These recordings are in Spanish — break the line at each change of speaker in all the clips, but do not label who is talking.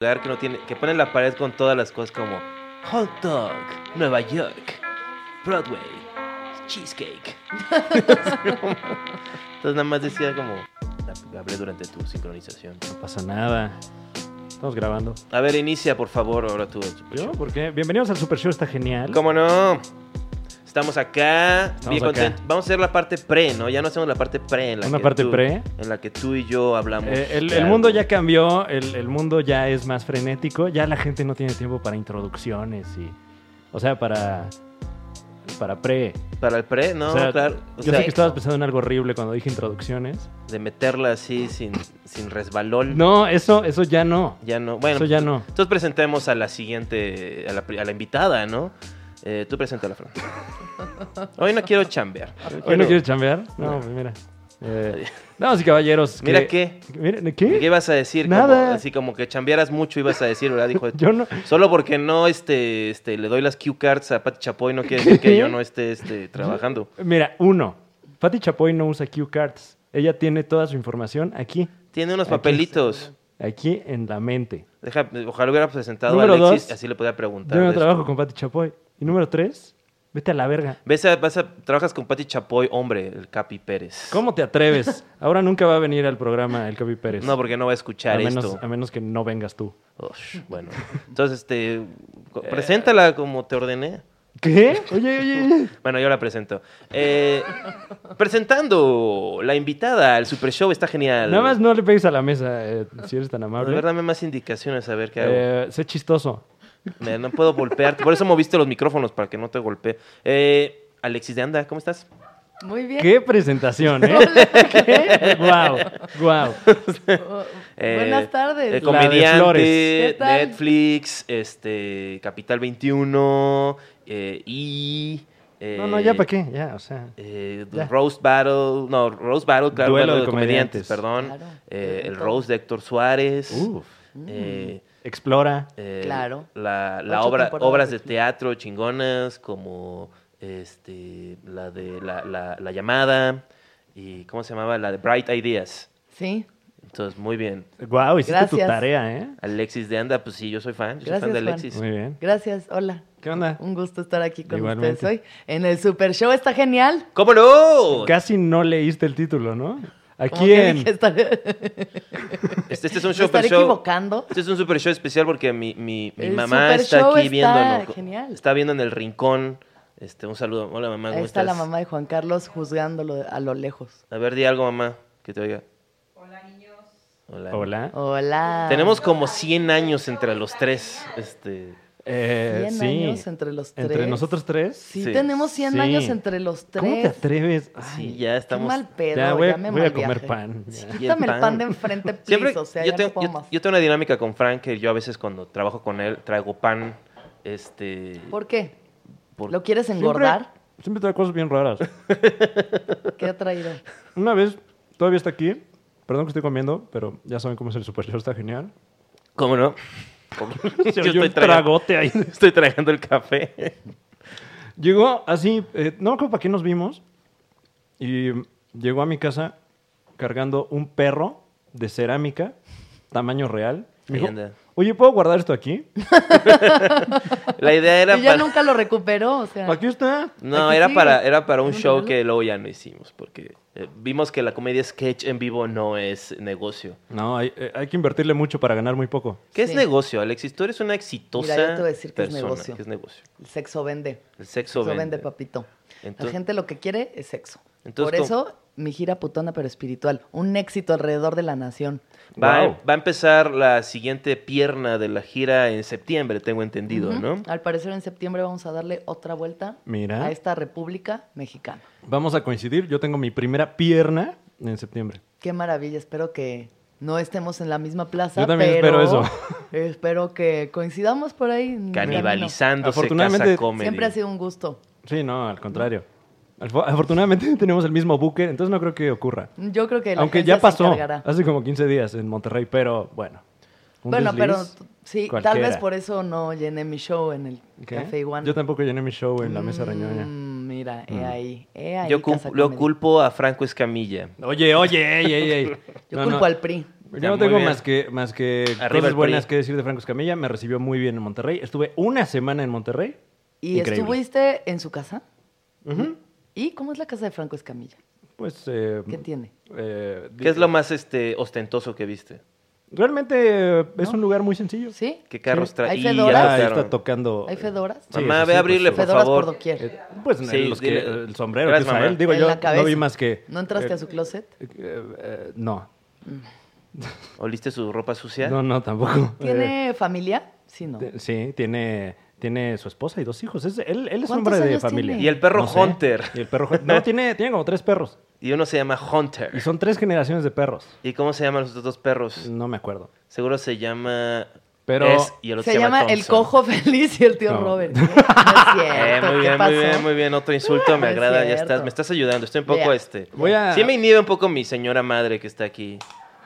que no tiene, que pone en la pared con todas las cosas como hot dog, Nueva York, Broadway, cheesecake. Entonces nada más decía como hablé durante tu sincronización.
No pasa nada. Estamos grabando.
A ver, inicia por favor ahora tú. el Super
¿Yo?
Show.
¿Por qué? Bienvenidos al Super Show, está genial.
¿Cómo no? Estamos acá, bien
acá.
contentos. Vamos a hacer la parte pre, ¿no? Ya no hacemos la parte pre en la
¿Una
que
parte
tú-
pre?
en la que tú y yo hablamos.
Eh, el,
de
el
algo.
mundo ya cambió, el, el mundo ya es más frenético, ya la gente no tiene tiempo para introducciones y... O sea, para... Para pre.
para el pre, no,
O sea,
claro. O
Yo
sea,
sé que estabas pensando en algo horrible cuando dije introducciones.
de meterla así sin sin resbalón.
No, eso, eso ya no.
Ya no. Bueno,
eso ya no.
Entonces presentemos a la siguiente, a la, pri- a la invitada, ¿no? Eh, tú presenta la Fran. Hoy no quiero chambear.
¿Hoy
Quiero-
no quieres chambear? No,
No.
pues mira. Eh, damas y caballeros.
Mira
que-
qué.
Mira,
¿Qué
¿Qué?
ibas a decir?
Nada.
Como- así como que chambearas mucho ibas a decir, ¿verdad? Dijo,
Yo no...
solo porque no este, este, le doy las cue cards a Pati Chapoy no quiere decir
¿Qué?
que yo no esté este, trabajando.
Mira, uno, Patti Chapoy no usa cue cards. Ella tiene toda su información aquí,
Tiene unos
Aquí.
papelitos.
aquí en la mente.
Deja, ojalá hubiera presentado
Número
a Alexis,
dos.
así le podía preguntar.
Yo no
de esto.
trabajo con Patti Chapoy. Y número tres, vete a la verga.
Ves a- vas a- trabajas con Pati Chapoy, hombre, el Capi Pérez.
¿Cómo te atreves? Ahora nunca va a venir al programa el Capi Pérez.
No, porque no va a
a
escuchar
menos,
esto.
a menos que no vengas tú.
Ush, bueno, entonces, este, co- preséntala como te ordené.
¿Qué? Oye, oye, oye.
Bueno, yo la presento. Eh, presentando la invitada al Super Show, está genial.
Nada más no le pegues a la mesa, eh, si eres tan
De
amable.
verdad, dame más indicaciones a ver qué hago.
Eh, sé chistoso.
Me- no puedo golpearte. Por eso moviste los micrófonos, para que no te golpee. Eh, Alexis de Anda, ¿cómo estás?
Muy bien.
¡Qué presentación, eh! ¿Qué? ¡Guau! ¡Guau!
Oh,
Eh,
Buenas tardes.
eh,
La de Flores.
comediante,
¿Qué tal?
Netflix, este, Capital 21, eh, y... eh,
No, no, ya para qué, ya, o sea.
Eh,
Ya.
Roast Battle, no, Roast Battle, claro,
Duelo
Duelo
de
de comediantes,
comediantes. Uh.
perdón.
Claro.
Eh,
De
el
todo.
Roast de Héctor Suárez.
Uf.
eh,
Explora.
eh,
Claro.
La, la
Ocho
obra,
temporadas
obras de
de-
teatro chingonas como este, la de la, la- La Llamada y, ¿cómo se llamaba? La de Bright Ideas.
Sí,
Entonces, muy bien.
Guau, hiciste tu
Gracias.
tarea, ¿eh?
Alexis de Anda, pues sí, yo soy fan. Yo
Gracias,
soy fan de
Juan.
Alexis.
Muy bien.
gracias. Hola.
¿Qué onda?
Un gusto estar aquí con
Igualmente.
ustedes hoy. En el Super Show está genial.
¿Cómo no?
Casi no leíste el título, ¿no?
Como
Aquí
que
en...
dije, estaré-
Este, este es un
me
show,
estaré
show.
equivocando.
Este es un super show especial porque mi, mi, mi
El
mamá
super
está
show
aquí
está
viéndolo. co-
genial.
Está viendo en el rincón. Este, un saludo. Hola mamá,
Ahí
¿cómo
está la
estás?
mamá de Juan Carlos juzgándolo a lo lejos.
A ver, di algo, mamá, que te oiga. Hola, niños. Hola.
Hola.
Hola.
Tenemos como 100 años entre los tres. Este,
Eh,
100
sí.
años entre los tres.
Entre nosotros tres.
Sí,
Sí.
tenemos 100
Sí.
años entre los tres.
¿Cómo te atreves?
sí,
Ay,
ya estamos.
Qué mal pedo,
ya voy, a-
ya me
voy a
mal
comer
viaje.
pan.
Sí,
ya.
Y el
quítame el
pan.
pan. de enfrente, please.
Siempre,
o sea,
yo,
ya
tengo,
no puedo
yo-
más.
yo tengo una dinámica con Frank que yo a veces cuando trabajo con él traigo pan. Este,
¿Por qué?
por-
¿Lo quieres
Siempre-
engordar?
Siempre trae cosas bien raras.
¿Qué ha traído?
Una vez, todavía está aquí. Perdón que estoy comiendo, pero ya saben cómo es el Super Show, está genial.
¿Cómo no?
Se oyó
tragando,
un tragote ahí.
estoy tragando el café.
Llegó así, eh, no me acuerdo para qué nos vimos. Y llegó a mi casa cargando un perro de cerámica, tamaño real. Me
Ahí
dijo,
anda.
oye, ¿puedo guardar esto aquí?
La idea era
Y ya
para-
nunca lo recuperó, o sea.
Aquí está.
No,
Aquí
era
sigue.
para, era para un
Era un
show
regalo.
que luego ya no hicimos, porque eh, vimos que la comedia sketch en vivo no es negocio.
No, hay, eh, hay que invertirle mucho para ganar muy poco.
¿Qué es
Sí.
negocio, Alexis? Tú eres una exitosa
Mira, yo te voy a decir que es
persona.
negocio.
¿Qué es negocio?
El sexo vende.
El sexo
vende.
vende.
papito.
Entonces-
la gente lo que quiere es sexo.
Entonces,
Por
¿cómo?
eso, mi gira putona pero espiritual. Un éxito alrededor de la nación.
Va,
Wow.
va a empezar la siguiente pierna de la gira en septiembre, tengo entendido,
Ujú.
¿no?
Al parecer, en septiembre vamos a darle otra vuelta
Mira.
a esta República Mexicana.
Vamos a coincidir. Yo tengo mi primera pierna en septiembre.
Qué maravilla. Espero que no estemos en la misma plaza.
Yo también
pero
espero eso.
Espero que coincidamos por ahí. en el camino.
Canibalizándose
Afortunadamente-
casa comedy.
Siempre ha sido un gusto.
Sí, no, al contrario. Alfo- Afortunadamente tenemos el mismo booker, entonces no creo que ocurra.
Yo creo que la
Aunque
agencia
ya
se
pasó
encargará.
hace como 15 días en Monterrey, pero bueno. un
Bueno,
desliz
pero t- sí, tal vez
cualquiera.
por eso no llené mi show en el
¿Qué?
Café Iguana.
Yo tampoco llené mi show en la mesa
Mm,
reñoña.
Mira, he ahí, he ahí.
Yo cul-
Casa
lo
Comedia.
culpo a Franco Escamilla.
Oye, oye, ey, ey, ey.
Yo
No,
culpo
no.
al PRI.
Yo no
muy
tengo
bien.
más que, más que
Arriba
cosas
el
buenas
PRI.
que decir de Franco Escamilla. Me recibió muy bien en Monterrey. Estuve una semana en Monterrey.
¿Y
Increíble.
estuviste en su casa?
Ujú.
¿Y cómo es la casa de Franco Escamilla?
Pues. eh,
¿Qué tiene?
eh,
¿Qué es lo más este, ostentoso que viste?
Realmente eh, es un lugar muy sencillo.
¿Sí?
¿Qué carros
Sí.
traía?
¿Hay
Ya
fedoras?
Ah, ahí
tocaron.
está tocando.
¿Hay fedoras?
Sí,
Mamá,
eso
ve a
sí,
abrirle, por
Fedoras por
favor.
doquier.
Eh, pues
Sí,
los
dile-
que, el sombrero
Gracias,
que usa
mamá.
él. Digo,
En
yo
la cabeza.
no vi más que.
¿No entraste
eh,
a su closet?
eh, eh, no.
¿Oliste su ropa sucia?
No, no, tampoco. Eh,
¿Tiene familia? Sí, no.
te- sí, tiene, tiene su esposa y dos hijos. Es, él, él es un
¿Cuántos
hombre de
años
familia.
tiene?
Y el perro
No sé.
Hunter.
Y el perro Hunter. No, tiene, tiene como tres perros.
Y uno se llama Hunter.
Y son tres generaciones de perros.
¿Y cómo se llaman los otros dos perros?
No me acuerdo.
Seguro se llama...
Pero-
Es y el otro
Se llama El
Thompson.
Cojo Feliz y el tío
No.
Robert. No es cierto.
Eh, muy bien,
¿Qué pasó?
muy bien, muy bien. Otro insulto,
No
me
es
agrada, ya
cierto.
estás. Me estás ayudando, estoy un poco
Vea.
este.
Voy a-
Sí me inhibe un poco mi señora madre que está aquí.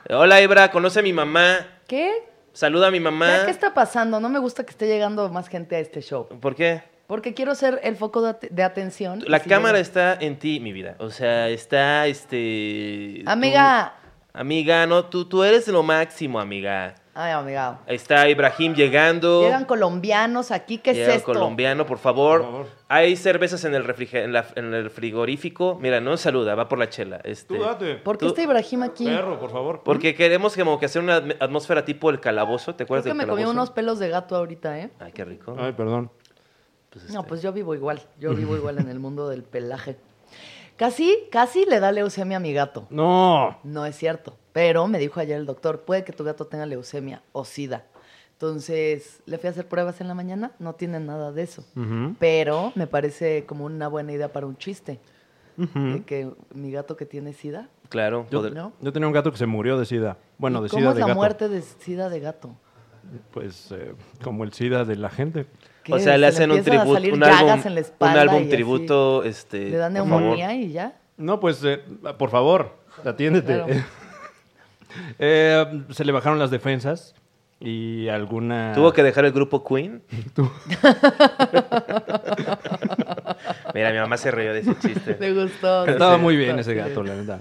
Hola, Ibra, conoce a mi mamá.
¿Qué?
Saluda a mi
¿Ya
mamá.
¿Qué está pasando? No me gusta que esté llegando más gente a este show.
¿Por qué?
Porque quiero ser el foco de, at- de atención.
La
Y si
cámara
llega-
está en ti, mi vida. O sea, está este. tú-
Amiga.
Amiga, no, tú, tú eres lo máximo, amiga.
Ay, amiga.
Está Ibrahim llegando.
Llegan colombianos aquí. ¿Qué
Llega
es
el
esto?
colombiano, por favor.
Por favor.
Hay cervezas en el, refrige- en la- en el frigorífico. Mira, no saluda, va por la chela. Este,
¿Por qué
Tú-
está Ibrahim aquí?
por favor.
Porque queremos como que hacer una atm- atmósfera tipo el calabozo, ¿te
Creo
acuerdas
que
del
me comí
calabozo?
unos pelos de gato ahorita, ¿eh?
Ay, qué rico.
Ay, perdón.
Pues,
No,
este,
pues yo vivo igual. Yo vivo igual en el mundo del pelaje. Casi, casi le da leucemia a mi gato.
No.
No es cierto. Pero me dijo ayer el doctor, puede que tu gato tenga leucemia o sida. Entonces, le fui a hacer pruebas en la mañana, no tiene nada de eso.
Ujú.
Pero me parece como una buena idea para un chiste.
Ujú.
De que mi gato que tiene sida.
Claro.
Yo,
poder-
pues, ¿no?
yo tenía un gato que se murió de sida. Bueno,
¿Y
de
¿Cómo
sida
es
de
la
gato.
muerte de sida de gato?
Pues eh, como el sida de la gente.
Que
O sea,
se
le hacen un
empiezan a
tributo,
salir
un
llagas
álbum,
en la
un
espalda y
álbum
así.
tributo, este,
Le dan
por favor.
neumonía y ya.
No, pues eh, por favor, atiéndete.
Claro.
Eh, se le bajaron las defensas y alguna...
Tuvo que dejar el grupo Queen. Mira, mi mamá se rió de ese chiste.
Me gustó.
Estaba
Sí.
muy bien ese
Sí.
gato, la verdad.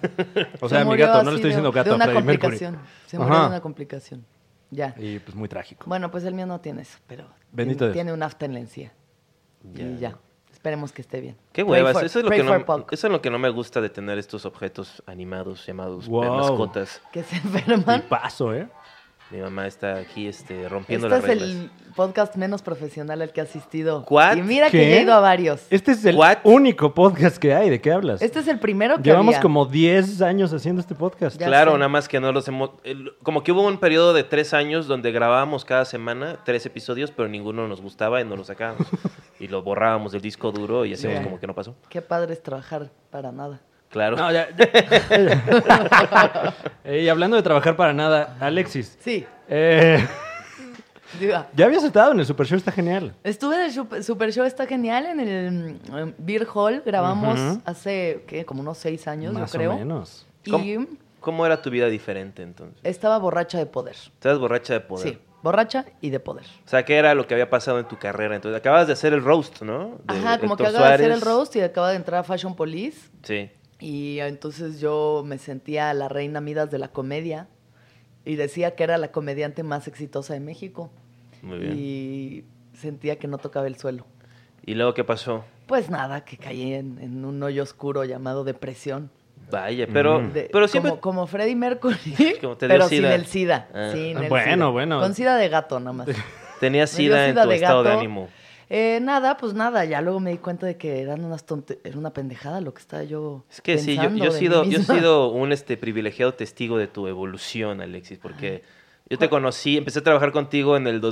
O
Se
sea, mi
murió
gato, no le
así
estoy diciendo
de,
gato
De
a
una
Freddie Mercury.
complicación. Se murió de
Ajá.
una complicación. Ya.
Y pues muy trágico.
Bueno, pues el mío no tiene eso, pero
Bendito
tiene,
Dios.
tiene un afta en la encía.
Ya.
Y ya. Esperemos que esté bien.
Qué
Pray
huevas,
for-
eso es, lo
pray
que
for
no,
Puck,
eso es lo que no me gusta de tener estos objetos animados llamados
Wow.
mascotas.
Que se
Y
enferman.
paso, ¿eh?
Mi mamá está aquí este, rompiendo
Este
las
es
reglas.
el podcast menos profesional al que he asistido.
¿What?
Y mira que
¿Qué?
yo he ido a varios.
Este es el
What?
único podcast que hay. ¿De qué hablas?
Este es el primero que
Llevamos
había.
como 10 años haciendo este podcast.
Ya
claro,
sé.
nada más que no los hemos... el- Como que hubo un periodo de tres años donde grabábamos cada semana tres episodios, pero ninguno nos gustaba y no lo sacábamos. y lo borrábamos del disco duro y hacíamos
Ya.
como que no pasó.
Qué padre es trabajar para nada.
Claro.
No, ya- ya. Eh, y hablando de trabajar para nada, Alexis.
Sí,
eh,
diga.
ya habías estado en el Super Show, está genial.
Estuve en el Sup- Super Show, está genial, en el mm, em, Beer Hall. Grabamos
Ujú.
hace, ¿qué? Como unos seis años,
Más
yo creo.
o menos.
¿Cómo,
Y
cómo era tu vida diferente entonces?
estaba borracha de poder.
Estabas borracha de poder.
Sí, borracha y de poder.
O sea, ¿qué era lo que había pasado en tu carrera? Entonces, acabas de hacer el roast, ¿no? De
Ajá, como que
Héctor
acaba de hacer
Suárez.
el roast y acaba de entrar a Fashion Police.
Sí.
Y entonces yo me sentía la reina Midas de la comedia. Y decía que era la comediante más exitosa de México.
Muy bien. ¿Y,
Y sentía que no tocaba el suelo.
luego qué pasó?
Pues nada, que caí en, en un hoyo oscuro llamado depresión.
Vaya, pero,
De-
Mm. pero siempre...
como, como Freddie Mercury,
Como te dio
pero sin
sida.
el SIDA.
Ah.
sin el
Bueno,
sida.
bueno.
Con SIDA de gato nada más.
Tenías
Me dio
sida en
sida
tu
de
estado de
gato.
ánimo.
Eh, nada, pues nada, ya luego me di cuenta de que eran unas tonte- era una pendejada lo que estaba yo
Es que sí, yo,
pensando
yo he
de
sido,
mí
yo he
misma.
sido un este, privilegiado testigo de tu evolución, Alexis, porque yo te conocí, empecé a trabajar contigo en el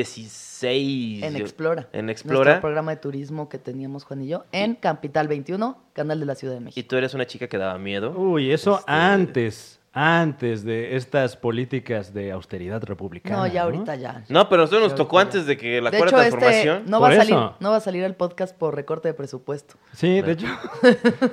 2016.
en
yo-
Explora.
En
Nuestro
Explora.
programa de turismo que teníamos Juan y yo en Capital 21, canal de la Ciudad de
Y
México.
tú eres una chica que daba miedo.
Uy, eso
Este,
antes, antes de estas políticas de austeridad republicana.
No, ya ahorita ya.
No, pero nosotros nos
Yo
tocó
ahorita
antes de que la
de
cuarta
hecho,
transformación.
este no va, a
Por
salir,
eso.
no va a salir el podcast por recorte de presupuesto.
Sí, de hecho.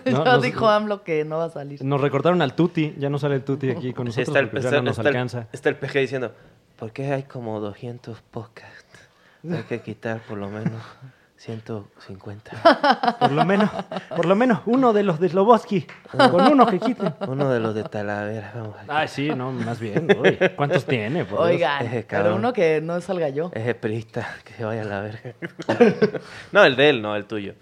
No,
no, nos,
dijo AMLO que no va a salir.
nos recortaron al Tuti, ya no sale el Tuti aquí con
Sí,
nosotros
está, el,
porque
está-
ya no nos
está el-
alcanza.
está el PG diciendo, ¿por qué hay como 200 podcasts? Hay que quitar por lo menos 150.
Por lo menos, por lo menos uno de los de Sloboski. Con uno que quiten.
Uno de los de Talavera. Vamos aquí.
Ay, sí, no, más bien. uy. ¿Cuántos tiene? por Dios?
Oigan,
Ese
pero
cabrón.
uno que no salga yo.
Es esperista, que se vaya a la verga. no, el de él, no, el tuyo.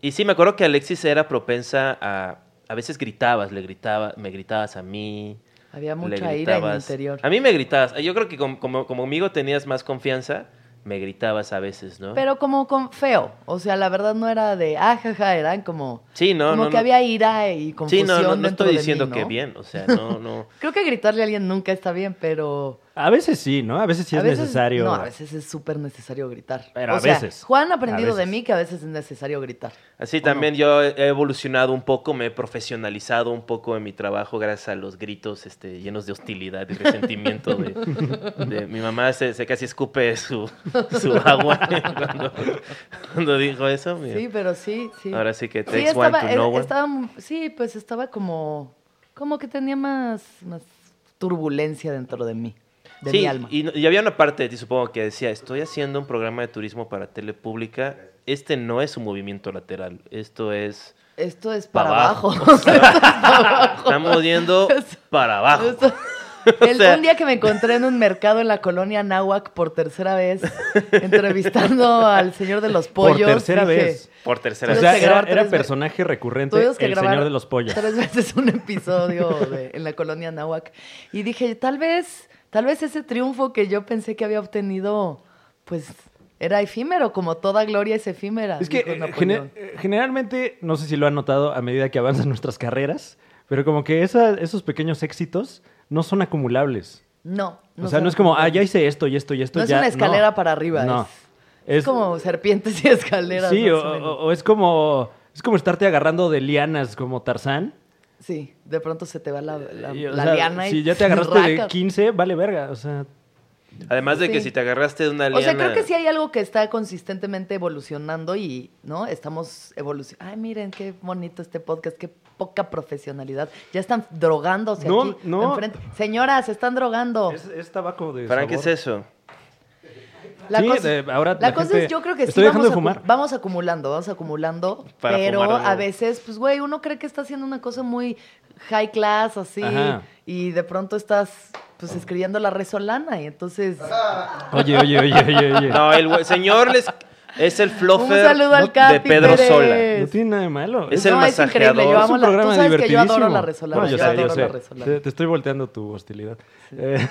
Y sí, me acuerdo que Alexis era propensa a... A veces gritabas, le gritaba, me gritabas a mí.
Había
le
mucha ira en mi
gritabas-
interior.
A mí me gritabas. Yo creo que com- como, como conmigo tenías más confianza, me gritabas a veces, ¿no?
Pero como con feo. O sea, la verdad no era de ah, jaja, eran como.
sí, no,
como
no,
que
no.
había ira y
Sí,
confusión.
no, no, no
dentro
estoy
de mí,
diciendo que
¿no?
bien. O sea, no, no.
Creo que gritarle a alguien nunca está bien, pero.
A veces sí, ¿no? A veces sí
a
es
veces-
necesario.
No, a veces es súper necesario gritar.
Pero
o
a
sea,
veces.
Juan ha
A
aprendido de
veces.
mí que a veces es necesario gritar.
Así también yo he evolucionado un poco, me he profesionalizado un poco en mi trabajo gracias a los gritos este, llenos de hostilidad y resentimiento. De, de- mi mamá se, se casi escupe su, su agua cuando, cuando dijo eso. mira.
Sí, pero sí, sí.
Ahora sí que
sí,
takes one
estaba,
to
eh,
know one.
estaba mu- sí, pues estaba como, como que tenía más, más turbulencia dentro de mí, de mi alma.
Y, y había una parte de ti, supongo, que decía, estoy haciendo un programa de turismo para tele pública. Este no es un movimiento lateral, esto es...
Esto es
Pa'
para abajo.
abajo. Estamos yendo para
Ah.
abajo.
Esto- El,
sea-
Un día que me encontré en un mercado en la colonia Náhuac por tercera vez, entrevistando al señor de los
Por
pollos.
tercera
dije,
vez.
Por
O
tercera
Tuvimos
sea,
que
vez.
era,
grabar
era
tres veces.
personaje recurrente
Tuvimos que
el
grabar
señor de los pollos.
tres veces un episodio de- en la colonia Nahuac. Y dije, tal vez, tal vez ese triunfo que yo pensé que había obtenido, pues era efímero, como toda gloria es efímera.
Es que
dijo
eh,
Napoleón.
gener- eh, generalmente, no sé si lo han notado a medida que avanzan nuestras carreras, pero como que esa- esos pequeños éxitos no son acumulables.
No,
o sea, no es como, ah, ya hice esto y esto y esto.
No es
ya".
una escalera para arriba,
No.
Es, como serpientes y escaleras.
Sí,
más
o,
o menos.
o- o es como. Es como estarte agarrando de lianas como Tarzán.
Sí, de pronto se te va la, la,
Y, Eh, o
la
sea,
liana y
si ya te agarraste de
racas.
15, vale verga. O sea,
Además de que
Sí.
si te agarraste de una
O
liana...
sea, creo que sí hay algo que está consistentemente evolucionando y, ¿no? Estamos evolucionando. Ay, miren qué bonito este podcast, qué poca profesionalidad. Ya están drogándose
No,
aquí.
no.
enfrente. Señoras, se están drogando.
es, es tabaco de.
¿Para qué es
sabor.
eso?
La
Sí,
cosa,
de- ahora
la
la
cosa
gente-
es, yo creo que sí
estoy dejando de
vamos, acu-
fumar.
vamos acumulando, vamos acumulando,
Para
pero
fumar de
a
nuevo.
veces, pues, güey, uno cree que está haciendo una cosa muy high class, así,
Ajá. Oh.
y de pronto estás, pues, escribiendo la resolana, y entonces,
Oye, oye, oye, oye, oye. No,
No, el güe- señor les, es el fluffer
Un saludo al
de
Capi
Pedro
Pérez.
Sola.
tiene nada de malo.
Es el masajeador.
increíble, yo
Es
amo
un
la,
programa
tú sabes que yo adoro
divertidísimo.
la resolana.
No, yo,
yo,
sé,
adoro
yo
la
sé.
resolana.
Te, te estoy volteando tu hostilidad. Eh,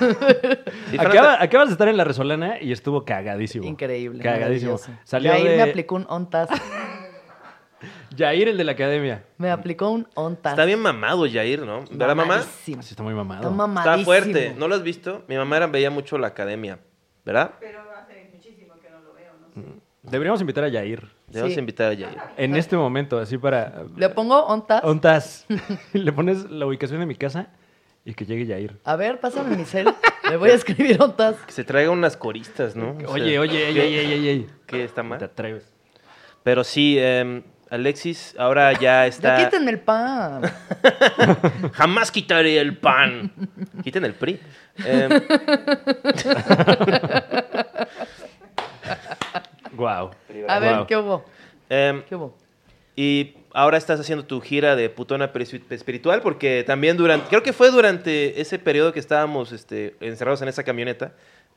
Sí, Fran,
acaba- acabas de estar en la Resolana y estuvo cagadísimo.
Increíble.
Cagadísimo.
maravilloso.
Salió
Yair me
de...
aplicó un ontas.
Yair, el de la academia.
Me aplicó un ontas.
Está bien mamado Jair, ¿no? ¿Verdad, mamá?
Mamadísimo.
Así Ah, está muy mamado.
Está mamadísimo.
Está fuerte. ¿No lo has visto? Mi mamá era, veía mucho la academia, ¿verdad?
Deberíamos invitar a Yair.
Debemos
Sí.
invitar a Jair.
En este momento, así para...
Le pongo ontas.
Ontas. Le pones la ubicación de mi casa y que llegue Yair.
A ver, pásame mi cel. Le voy a escribir ontas.
Que se traiga unas coristas, ¿no? O sea,
Oye, oye, ey,
¿qué-
ey, ey, ey, ey.
¿Qué está
Te
mal?
atreves.
Pero sí, em, Alexis ahora ya
Ya
está...
quiten el pan.
Jamás quitaré el pan. Quiten el PRI. Em,
Guau.
A ver,
Guau.
¿qué hubo?
em,
¿Qué hubo?
Y ahora estás haciendo tu gira de putona peri- espiritual porque también durante, creo que fue durante ese periodo que estábamos este, encerrados en esa camioneta,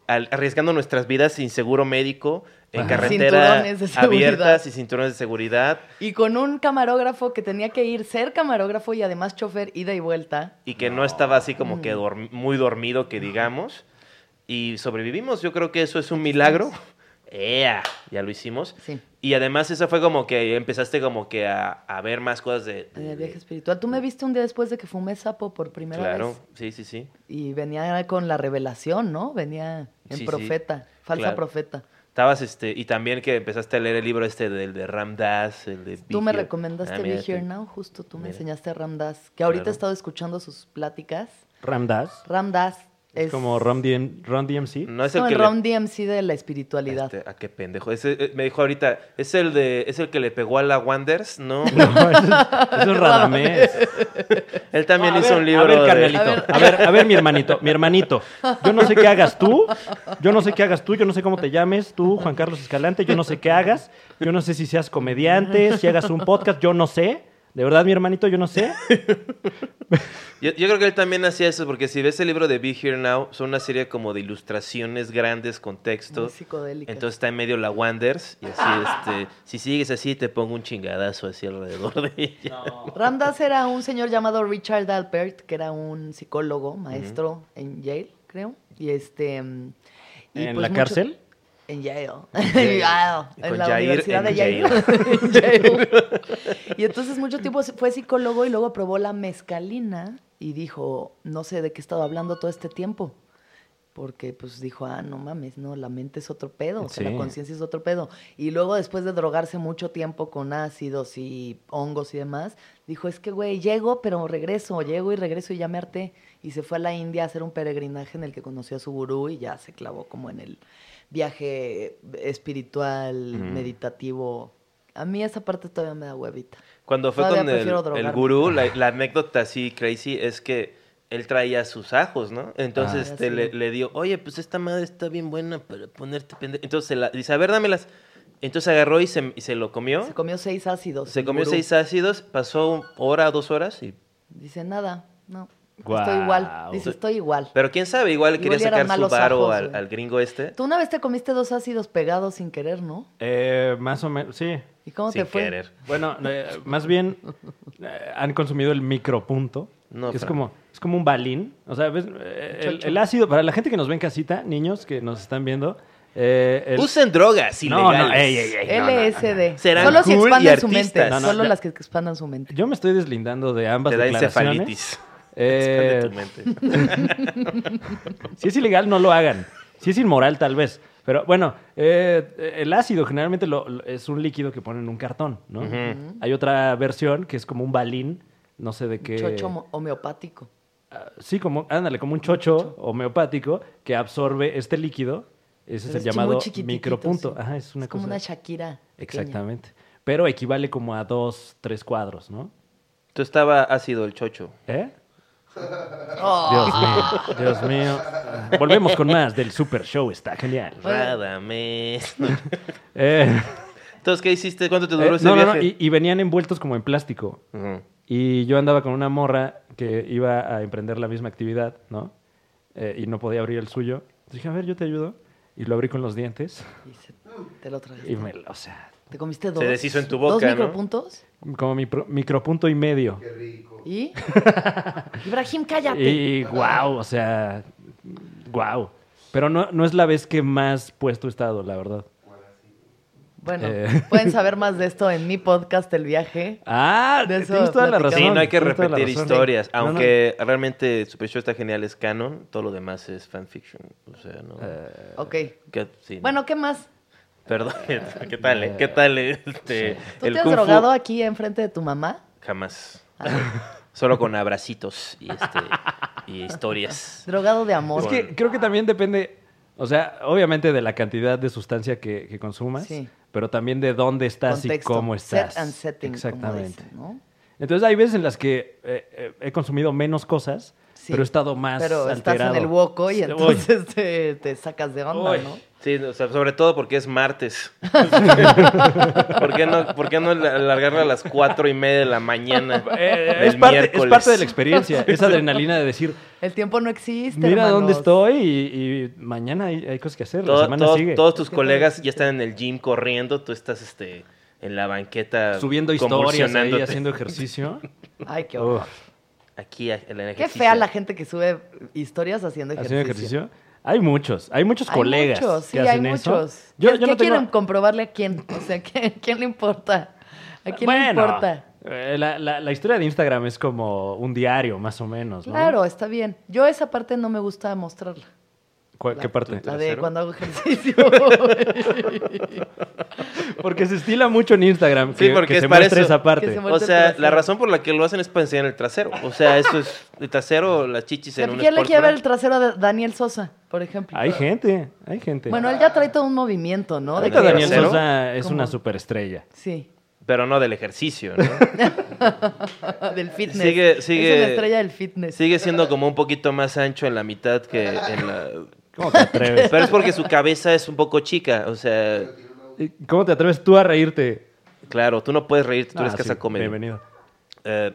al- arriesgando nuestras vidas sin seguro médico, en
Ajá.
carretera
Cinturones de seguridad.
abiertas y cinturones de seguridad.
Y con un camarógrafo que tenía que ir, ser camarógrafo y además chofer, ida y vuelta.
y que no, estaba así como
Mm.
que dorm- muy dormido, que digamos. Y sobrevivimos. Yo creo que eso es un milagro. ¡Ea! Ya lo hicimos.
Sí.
Y además esa fue como que empezaste como que a, a ver más cosas de...
En el Eh, viaje espiritual. Tú me viste un día después de que fumé sapo por primera
Claro,
vez.
sí, sí, sí.
Y venía con la revelación, ¿no? Venía en
Sí, sí.
profeta, falsa
Claro.
profeta.
Estabas, este, y también que empezaste a leer el libro este del de Ram Dass, el de
Tú
Be
me
Here.
recomendaste
Ah,
Be
mira,
Here
te-
Now, justo tú me
mira.
enseñaste a Ramdas, que ahorita
Claro.
he estado escuchando sus pláticas.
Ramdas.
Ramdas,
Es,
Es-
como Ram DM Run DMC.
No es el
No,
que
el
le-
Ron DMC de la espiritualidad.
Este, ¿A qué pendejo? Ese, eh, me dijo ahorita, es el de, es el que le pegó a la Wanders, ¿no?
Eso es Radamés.
Él también
No, a
hizo
ver,
un libro.
A ver,
de-
carnalito.
A ver.
A ver, a ver, mi hermanito, mi hermanito. Yo no sé qué hagas tú. Yo no sé qué hagas tú. Yo no sé cómo te llames tú, Juan Carlos Escalante. Yo no sé qué hagas. Yo no sé si seas comediante, si hagas un podcast. Yo no sé. De verdad, mi hermanito, yo no sé.
Yo, yo creo que él también hacía eso, porque si ves el libro de Be Here Now, son una serie como de ilustraciones grandes con texto.
Muy psicodélica.
Entonces está en medio la Wanders, y así, este, si sigues así, te pongo un chingadazo así alrededor de ella.
Ramdas era un señor llamado Richard Alpert, que era un psicólogo, maestro en Yale, creo. Y este. mm, y
¿En
pues
la
mucho-
cárcel?
En Yale.
Yale.
En Yale.
Y con
En la
Jair
Universidad
en
de Yale. En Yale. Y entonces mucho tiempo fue psicólogo y luego probó la mezcalina y dijo, no sé de qué he estado hablando todo este tiempo. Porque pues dijo, ah, no mames, no, la mente es otro pedo, o sea,
Sí.
la conciencia es otro pedo. Y luego después de drogarse mucho tiempo con ácidos y hongos y demás, dijo, es que güey, llego pero regreso, llego y regreso y ya me harté. Y se fue a la India a hacer un peregrinaje en el que conoció a su gurú y ya se clavó como en el viaje espiritual, meditativo. A mí esa parte todavía me da huevita.
Cuando fue
Todavía
con el,
prefiero
el
drogarme.
gurú, la, la anécdota así crazy es que él traía sus ajos, ¿no? Entonces
Ah.
este, le, le dio, oye, pues esta madre está bien buena para ponerte pendejo. Entonces se la, dice, a ver, dámelas. Entonces agarró y se, y se lo comió.
Se comió seis ácidos.
Se
el
comió
gurú.
seis ácidos, pasó un- hora, dos horas y...
Dice nada, no. Estoy
Guau.
igual. Dice, estoy igual.
Pero quién sabe, igual
Igual
quería
y eran
sacar su
malos
varo
ajos,
al,
güey.
al gringo este.
Tú una vez te comiste dos ácidos pegados sin querer, ¿no?
Eh, más o menos, sí.
¿Y cómo
sin
te fue?
querer.
Bueno, eh, más bien eh, han consumido el micropunto.
No,
que es
Fran.
como es como un balín. O sea, ¿ves? Eh, el, el ácido, para la gente que nos ve en casita, niños que nos están viendo, eh, el-
Usen drogas
No,
ilegales.
no, ey, ey, ey, no, no, no.
LSD.
Serán
Solo si
cool y
expandan su mente.
artistas.
No, no,
Solo
ya.
las que expandan su mente.
Yo me estoy deslindando de ambas
Te da
declaraciones.
encefalitis.
Eh,
Expande tu mente.
si es ilegal, no lo hagan. Si es inmoral, tal vez. Pero bueno, eh, el ácido generalmente lo- lo- es un líquido que ponen en un cartón, ¿no?
Ujú.
Hay otra versión que es como un balín, no sé de qué.
Chocho homo- homeopático.
Ah, sí, como, ándale, como un chocho homeopático que absorbe este líquido. Ese es
Pero
el
muy
llamado
chiquititito,
micropunto.
sí.
Ajá, es una
como
cosa.
una Shakira. pequeña.
Exactamente. Pero equivale como a dos, tres cuadros, ¿no?
Tú estaba ácido el chocho.
¿Eh?
Oh.
Dios mío, Dios mío. Volvemos con más del Super Show, está genial.
Radames.
Eh,
Entonces, ¿qué hiciste? ¿Cuánto te
eh,
duró ese
no, no, no,
viaje?
y, y venían envueltos como en plástico.
Ujú.
Y yo andaba con una morra que iba a emprender la misma actividad, ¿no? Eh, y no podía abrir el suyo. Dije, a ver, yo te ayudo. Y lo abrí con los dientes.
Y se- te lo tragaste.
Y me, o sea,
¿Te comiste dos?
deshizo en tu
¿Dos
boca, ¿no?
micropuntos?
como mi pro- micropunto y medio.
¿Y? Ibrahim, cállate.
Y wow, o sea, wow. Pero no, no es la vez que más puesto he estado, la verdad.
Bueno,
Eh.
pueden saber más de esto en mi podcast, El Viaje.
Ah,
De eso
tienes toda la
platicamos.
razón.
Sí, no hay que
tienes toda la
repetir
razón. ¿eh?
historias.
No, no.
Aunque realmente Super Show está genial, es canon. Todo lo demás es fanfiction. O sea, no.
Eh,
Ok.
¿Qué- sí, no.
Bueno, ¿qué más?
Perdón. ¿Qué tal? eh? ¿Qué tal? eh? Este,
¿Tú
el
te has
kung fu-
drogado aquí enfrente de tu mamá?
Jamás. Solo con abracitos y, este, y historias.
Drogado de amor.
Es que creo que también depende, o sea, obviamente de la cantidad de sustancia que, que consumas,
Sí.
pero también de dónde estás
Contexto.
y cómo estás.
Set and setting,
Exactamente.
Exactamente. ¿no?
Entonces hay veces en las que eh, eh, he consumido menos cosas,
Sí.
pero he estado más
Pero estás
alterado.
en el hueco y
Sí,
entonces te, te sacas de onda,
Uy.
¿no?
Sí, o sea, sobre todo porque es martes. ¿Por qué no, por qué no alargarla a las cuatro y media de la mañana?
oye, eh,
del
es, parte, es
miércoles?
parte de la experiencia, esa adrenalina de decir,
El tiempo no existe.
mira dónde
hermanos.
estoy y, y mañana hay, hay cosas que hacer,
Todo-
la semana
todos-
sigue.
Todos tus colegas ya están en el gym corriendo, tú estás este, en la banqueta
Subiendo historias ahí,
convulsionándote.
haciendo ejercicio.
Ay, qué horror.
Uf.
Aquí a- en el
Qué
ejercicio.
fea la gente que sube historias haciendo este ejercicio.
¿Haciendo ejercicio? Hay muchos, hay muchos
Pues, Hay
colegas.
muchos, sí,
que hacen
hay
eso.
muchos.
Yo,
¿Qué,
yo no
qué quieren
tengo...
comprobarle a quién? O sea, ¿qué- ¿quién le importa? ¿A quién le
Bueno,
importa?
eh, La, la- la historia de Instagram es como un diario, más o menos, pues, ¿no?
Claro, está bien. Yo esa parte no me gusta mostrarla.
¿Cuál-
La-
¿Qué parte?
La de
¿Trasero?
cuando hago ejercicio. güey.
Porque se estila mucho en Instagram
Sí,
que,
porque
que
es
se
para
muestre
eso.
esa parte.
Que se muestre-
O sea,
trasero.
la razón por la que lo hacen es para enseñar el trasero. O sea, eso es el trasero, las chichis en un
¿Quién le
sport
quiere ver
bra.
el trasero de Daniel Sosa, por ejemplo?
Hay gente, hay gente.
Bueno, él ya trae todo un movimiento, ¿no? De
Ahorita
¿de
que-
Daniel
trasero?
Sosa es
¿Cómo?
una superestrella.
Sí,
Pero no del ejercicio, ¿no?
del fitness.
Sigue- sigue-
Es una estrella del fitness.
Sigue siendo como un poquito más ancho en la mitad que en la...
¿Cómo te atreves?
Pero es porque su cabeza es un poco chica. O sea,
¿Cómo te atreves tú a reírte?
claro, tú no puedes reírte, tú
Ah,
eres
sí,
casa comedia.
Bienvenido.
Eh,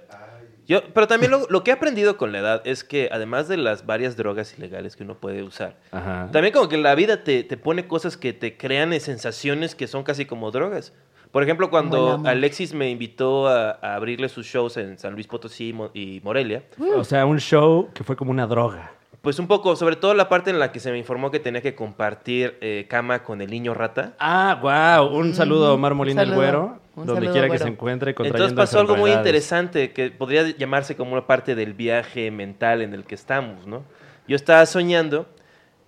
yo, pero también lo, lo que he aprendido con la edad es que además de las varias drogas ilegales que uno puede usar,
Ajá.
también como que la vida te, te pone cosas que te crean eh, sensaciones que son casi como drogas. Por ejemplo,
Como el
cuando
amor.
Alexis me invitó a, a abrirle sus shows en San Luis Potosí y Mo- y Morelia,
O sea, un show que fue como una droga.
pues un poco, sobre todo la parte en la que se me informó que tenía que compartir eh, cama con el niño rata.
Ah, wow. Un saludo a Omar
un
Molina el
saludo,
Güero.
un
Donde
saludo,
quiera que
Güero.
se encuentre
Entonces
contrayendo
pasó algo muy
enfermedades.
interesante que podría llamarse como una parte del viaje mental en el que estamos, ¿no? Yo estaba soñando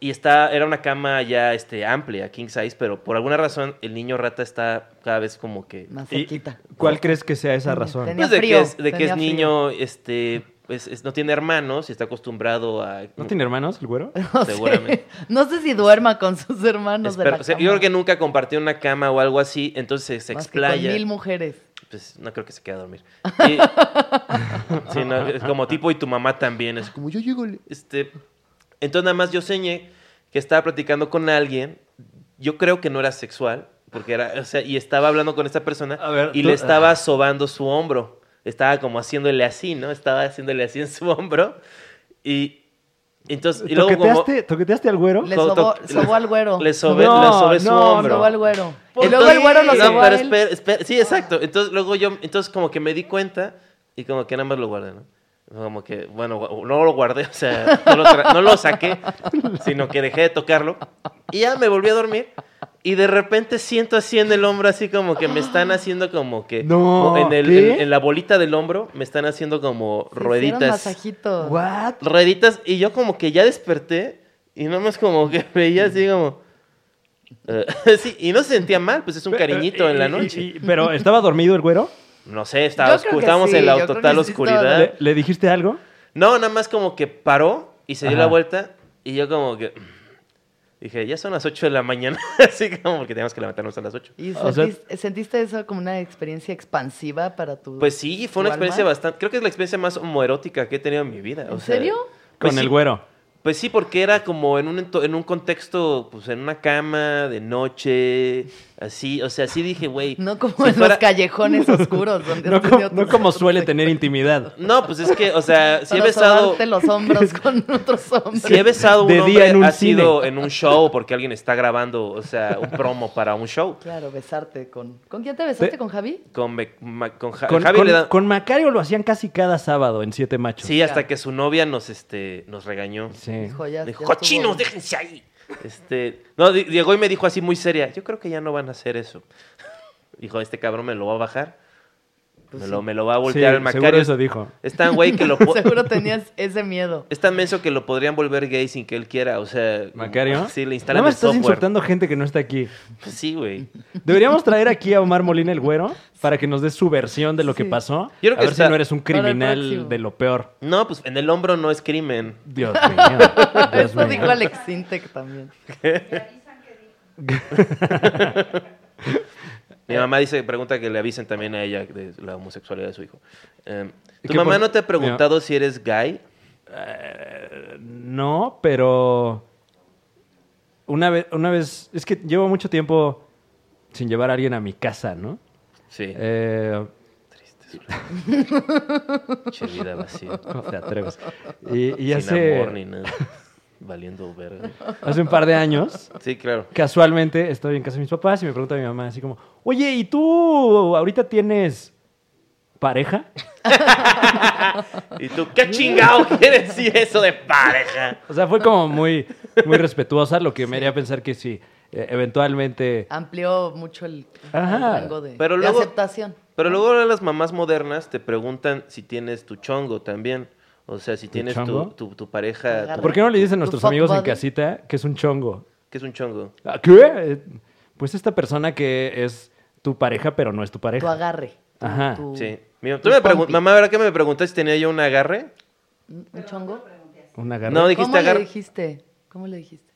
y está, era una cama ya este, amplia, king size, pero por alguna razón el niño rata está cada vez como que...
Más
¿Y
cerquita.
¿Cuál crees que sea esa
Tenía-
razón?
tenía-
Pues de
frío,
que es, de que
tenía
es
frío.
niño, este, pues, es- no tiene hermanos y está acostumbrado a...
¿No tiene hermanos el Güero?
No sé.
Seguramente.
No sé si duerma con sus hermanos de la
Espero- o sea,
cama.
yo creo que nunca compartió una cama o algo así, entonces se
Más que
explaya.
Con mil mujeres.
Pues no creo que se quede a dormir. Y- sí, no, es como tipo y tu mamá también. Es como yo llego. le- Este, entonces nada más yo soñé que estaba platicando con alguien. Yo creo que no era sexual, porque era, o sea, y estaba hablando con esta persona
A ver,
y
tú- ah.
le estaba sobando su hombro. Estaba como haciéndole así, ¿no? Estaba haciéndole así en su hombro. Y entonces, Pues, y luego como
¿Toqueteaste, ¿Toqueteaste al Güero?
Le
To- to-
sobó,
le-
sobó al güero.
le sobé,
No,
le sobé su
no, no,
hombro.
Sobó al güero.
Pues
y luego el güero lo
entonces-
sobó
No,
a
pero
él.
espera, espera, sí, exacto. Entonces luego yo, entonces como que me di cuenta y como que nada más lo guardé, ¿no? Como que, bueno, gu- no lo guardé, o sea, no lo, tra- no lo saqué, sino que dejé de tocarlo. Y ya me volví a dormir. Y de repente siento así en el hombro, así como que me están haciendo como que...
No,
En, el-
¿qué?
en- en la bolita del hombro me están haciendo como
Se Hicieron
rueditas
masajitos.
¿What?
rueditas y yo como que ya desperté y nomás como que veía así como... eh, sí, y no se sentía mal, pues es un cariñito en la
Y- y-
noche.
eh, y- ¿Pero estaba dormido el Güero?
No sé, estaba
Yo creo
oscu-
que
estábamos
sí,
en la
yo creo
total
que sí estaba
oscuridad.
¿Le, le dijiste algo?
No, nada más como que paró y se dio
Ajá.
la vuelta y yo como que... Dije, ya son las 8 de la mañana, así como que tenemos que levantarnos a las 8.
¿Y
O sea-
sentiste, sentiste eso como una experiencia expansiva para tu.
Pues sí, fue una
¿Tu alma?
experiencia bastante... Creo que es la experiencia más homoerótica que he tenido en mi vida.
¿En
o sea,
serio?
Con
pues
el
sí,
Güero.
Pues sí, porque era como en un, ento- en un contexto, pues en una cama, de noche, así, o sea, así dije, güey.
No como
si
en
fuera-
los callejones oscuros. Donde
No,
has
com-
tenido
no
tus-
como suele tener intimidad.
No, pues es que, o sea, si he
para
besado,
sobarte los hombros con otros hombres.
si he besado un
De día
hombre,
en un
ha sido en un show porque alguien está grabando, o sea, un promo para un show.
Claro, besarte con. ¿Con quién te besaste?
Te-
¿Con Javi?
Con, me- ma- con Ja-
Con,
Javi
con-
le da-
con Macario lo hacían casi cada sábado en Siete Machos.
Sí, hasta que su novia nos, este, nos regañó.
Sí.
Dijo, ya.
Dijo,
ya estuvo.
cochinos, déjense ahí. Este, no, Di- Diego y me dijo así muy seria, yo creo que ya no van a hacer eso. Dijo, este cabrón me lo va a bajar,
Pues
me,
sí.
lo, me lo va a
Sí,
voltear el
seguro
Macario.
eso dijo.
Es tan güey que lo po-
Seguro tenías ese miedo.
es tan menso que lo podrían volver gay sin que él quiera, o sea, como-
¿Macario?
Sí, le
Nada
instalan
más
el
estás
software.
insultando gente que no está aquí.
Pues sí, güey.
Deberíamos traer aquí a Omar Molina el Güero para que nos dé su versión de lo que pasó.
Yo creo
a
que
ver
está-
si no eres un
Para el
criminal
próximo.
de lo peor.
No, pues en el hombro no es crimen.
Dios mío. Dios
Pues
Eso dijo
mío.
Alex Intec también.
Mi
Eh.
mamá dice, pregunta que le avisen también a ella de la homosexualidad de su hijo. Em, ¿Tu
¿Qué
mamá
por-
no te ha preguntado si eres gay?
Eh, No, pero una vez, una vez, es que llevo mucho tiempo sin llevar a alguien a mi casa, ¿no?
Sí.
Eh,
Che, vida vacía.
¿Cómo te atreves? Y, y
Sin amor ni
hace,
nada. Valiendo verga.
hace un par de años,
Sí, claro.
casualmente, estoy en casa de mis papás y me pregunta mi mamá así como, oye, ¿y tú ahorita tienes pareja?
¿Y tú qué chingado quiere decir eso de pareja?
O sea, fue como muy, muy respetuosa, lo que me haría pensar que sí, eh, eventualmente...
Amplió mucho el, el
Ajá.
rango de,
Pero
de
luego-
aceptación.
Pero luego ahora las mamás modernas te preguntan si tienes tu chongo también. O sea, si tienes
chongo?
tu, tu, tu pareja, tu-
¿Por qué no le dicen a
Tu
nuestros
fuck
amigos en
buddy.
casita que es un chongo?
que es un chongo.
Ah, ¿Qué? Eh, Pues esta persona que es tu pareja, pero no es tu
Tu
pareja.
agarre. tu-
Ajá.
tu-
Sí. Mi-
Pues
tu
tú me pregun-
pompi.
mamá, ¿verdad que me preguntaste si tenía yo un agarre?
¿Un chongo?
Una garra.
No, dijiste
¿Cómo le
agarre.
dijiste? ¿Cómo le dijiste?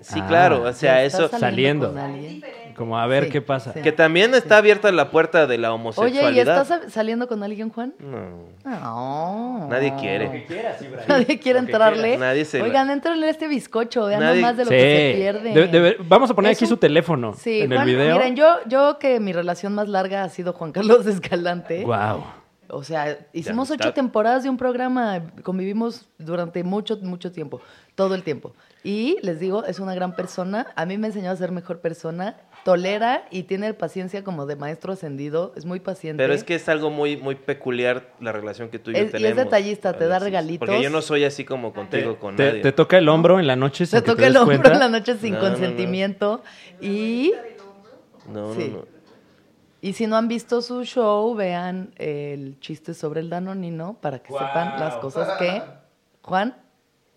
Sí,
Ah.
claro, o sea,
¿Estás
eso.
Saliendo.
con alguien?
Como a ver
Sí,
qué pasa.
sí.
Que también está abierta la puerta de la
Oye, ¿y
homosexualidad.
estás sal- saliendo con alguien, Juan?
No,
No.
Mm. nadie quiere.
Nadie quiere entrarle.
quieras. Nadie se-
Oigan, entrenle a este bizcocho, vean
Nadie-
nomás de lo
Sí.
que se pierde.
De- de- vamos a poner
Es
aquí
un-
su teléfono
Sí,
en el
Juan,
video.
miren, yo, yo que mi relación más larga ha sido Juan Carlos
¿Eh?
Escalante.
Wow.
O sea, hicimos
amistad.
ocho temporadas de un programa, convivimos durante mucho, mucho tiempo, todo el tiempo. Y les digo, es una gran persona, a mí me enseñó a ser mejor persona, tolera y tiene paciencia como de maestro ascendido, es muy paciente.
Pero es que es algo muy, muy peculiar la relación que tú y yo
Es- y es
tenemos.
detallista, te da
Sí, sí.
regalitos.
Porque yo no soy así como contigo, con
Te,
nadie.
te toca el hombro en la noche sin
se
que te
toca el
des
hombro
cuenta.
en la noche sin
No, no, no.
consentimiento y...
No,
Sí.
no, no.
Y si no han visto su show, vean el chiste sobre el danonino para que sepan las cosas que Juan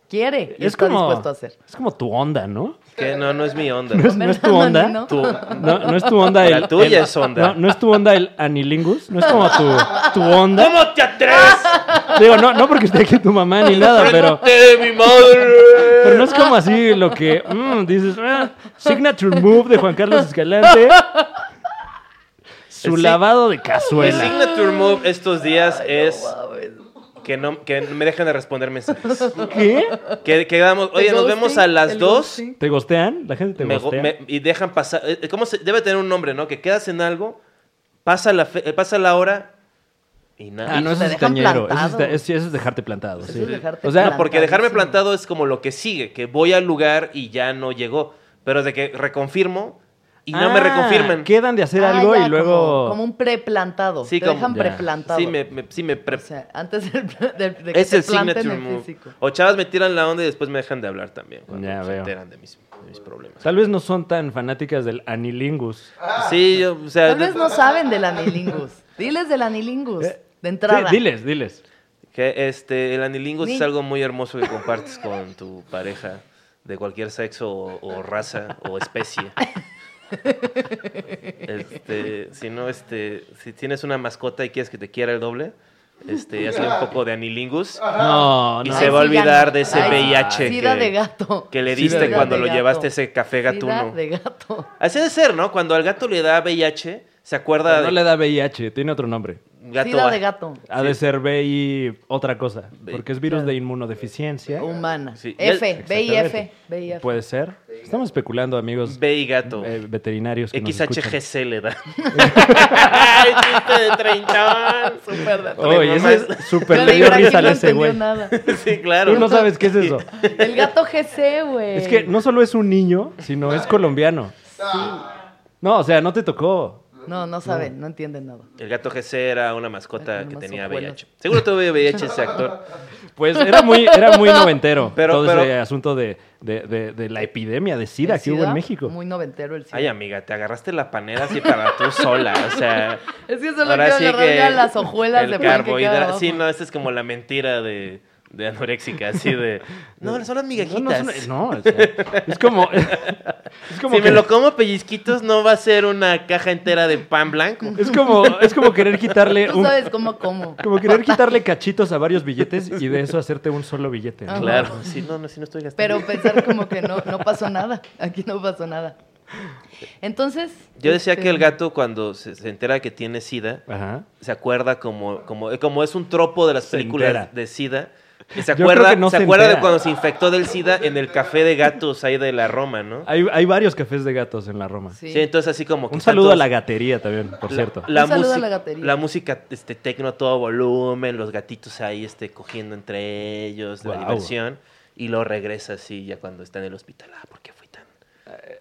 quiere y
Es
está
como,
dispuesto a hacer.
es como tu onda, ¿no?
Que no, no es mi onda.
No es, no es tu onda.
Comer
Tú-
No, no es tu onda el.
La tuya
el-
es onda.
No, no es tu onda el anilingus. No es como tu, tu onda.
¿Cómo te atreves?
Digo, no, no porque esté aquí tu mamá ni nada, Ah, pero.
¡Enfrente de mi madre!
Pero no es como así lo que mm, dices, ah, signature move de Juan Carlos Escalante. Su
Sí.
lavado de
Mi
cazuela.
signature move estos días es que no que me dejen de responder mensajes.
¿Qué?
Que quedamos, oye,
El
nos
ghosting,
vemos a las
el
2
ghosting.
¿Te gostean? La gente te
me go-
gostea.
me- y dejan pasar. eh, ¿Cómo se debe tener un nombre, no? Que quedas en algo, pasa la, fe- eh, pasa la hora y nada.
Ah, no,
Te
eso es
dejan
estañero. Eso es,
plantado.
esta- es- eso es dejarte plantado.
Eso
sí.
es dejarte
o sea,
No, porque dejarme
plantadísimo.
plantado es como lo que sigue, que voy al lugar y ya no llegó. Pero de que reconfirmo y no me
Ah,
reconfirman.
Quedan de hacer
Ah,
algo
ya,
y luego.
Como, como un preplantado.
Sí,
te
como-
dejan
ya.
preplantado.
Sí, me, me- sí me pre-
O sea, antes del- del- de, que
es
te
el
planten
signature
el
move.
físico.
O chavas me tiran la onda y después me dejan de hablar también. Cuando
Ya
se
veo.
enteran de mis, de mis problemas.
Tal vez no son tan fanáticas del anilingus.
Sí, yo, o sea,
Tal vez no saben del anilingus. Diles del anilingus.
Eh,
Pues, De entrada.
Sí, diles, diles.
que este, el anilingus
Ni-
es algo muy hermoso que compartes con tu pareja de cualquier sexo o, o raza o especie. Este, si no, este, si tienes una mascota y quieres que te quiera el doble, este, hazle un poco de anilingus
Ah, No,
Y
no.
se va a
sí, ya
olvidar
no.
de ese
Ay,
VIH
Sida
que-
de gato.
que le
Sí, de
diste
verdad.
cuando lo
Sida de
llevaste
gato.
ese café
Sida
gatuno.
de gato.
Así ha de ser, ¿no? Cuando al gato le da VIH, se acuerda
No
de
le da VIH, tiene otro nombre.
gato.
Sida
va-
de gato.
Ha de ser VI otra cosa.
Ve-
Porque es virus de inmunodeficiencia.
Humana.
Sí, y el-
F, VIF.
Exactamente. Pues,
VIF.
Puede ser. Estamos especulando, amigos
Ve y gato.
eh, veterinarios. que nos escuchan.
XHGC le da. ¡Ay, chiste de treintón!
Súper de-
Oye,
Oye,
mamá.
ese es súper le
Yo le
dio
digo, aquí
risa
no
a ese
entendió
güey.
nada.
Sí, claro.
Tú no sabes qué es eso.
El gato GC, güey.
Es que no solo es un niño, sino es colombiano. No, o sea, no te tocó.
No, no saben, no entienden nada.
El gato GC era una mascota
Ay,
que
nomás
tenía
ojuelos.
VIH. Seguro tuve VIH ese actor.
Pues era muy, era muy noventero
Pero-
todo ese
pero-
asunto de, de- de- de la epidemia de SIDA
El
que hubo en
SIDA,
México.
Muy noventero el SIDA.
Ay, amiga, te agarraste la panera así para tú sola. O sea.
Es que solo quiero agarrar ya las hojuelas
el
de pan que queda
carbohidrato.
abajo.
Sí, no, esta es como la mentira de, de anoréxica, así de. No, son las
No,
migajitas.
no, es una- no, o sea, es como. Es como
si
que-
me lo como pellizquitos, no va a ser una caja entera de pan blanco.
Es como, es como querer quitarle
Tú
un-
sabes cómo como.
como querer quitarle cachitos a varios billetes y de eso hacerte un solo billete. ¿no?
Ajá.
Claro, sí, no, no, sí, no estoy gastando.
Pero pensar como que no, no pasó nada. Aquí no pasó nada. Entonces.
Yo decía
este,
que el gato, cuando se, se entera que tiene SIDA,
Ajá.
se acuerda como, como, eh, como es un tropo de las
Se entera.
películas de SIDA. y se
Yo creo
acuerda,
que no
se
se
acuerda de
entera.
cuando se infectó del SIDA en el café de gatos ahí de la Roma, ¿no?
Hay, hay varios cafés de gatos en la Roma.
Ah, Sí.
Sí, entonces así como que
Un
están
saludo a
todos-
la gatería también, por cierto.
La,
Un saludo a
música-
la gatería.
la música este, tecno a todo volumen, los gatitos ahí este, cogiendo entre ellos, la
Guau.
diversión. Y lo regresa así ya cuando está en el hospital. Ah, ¿por qué fui tan,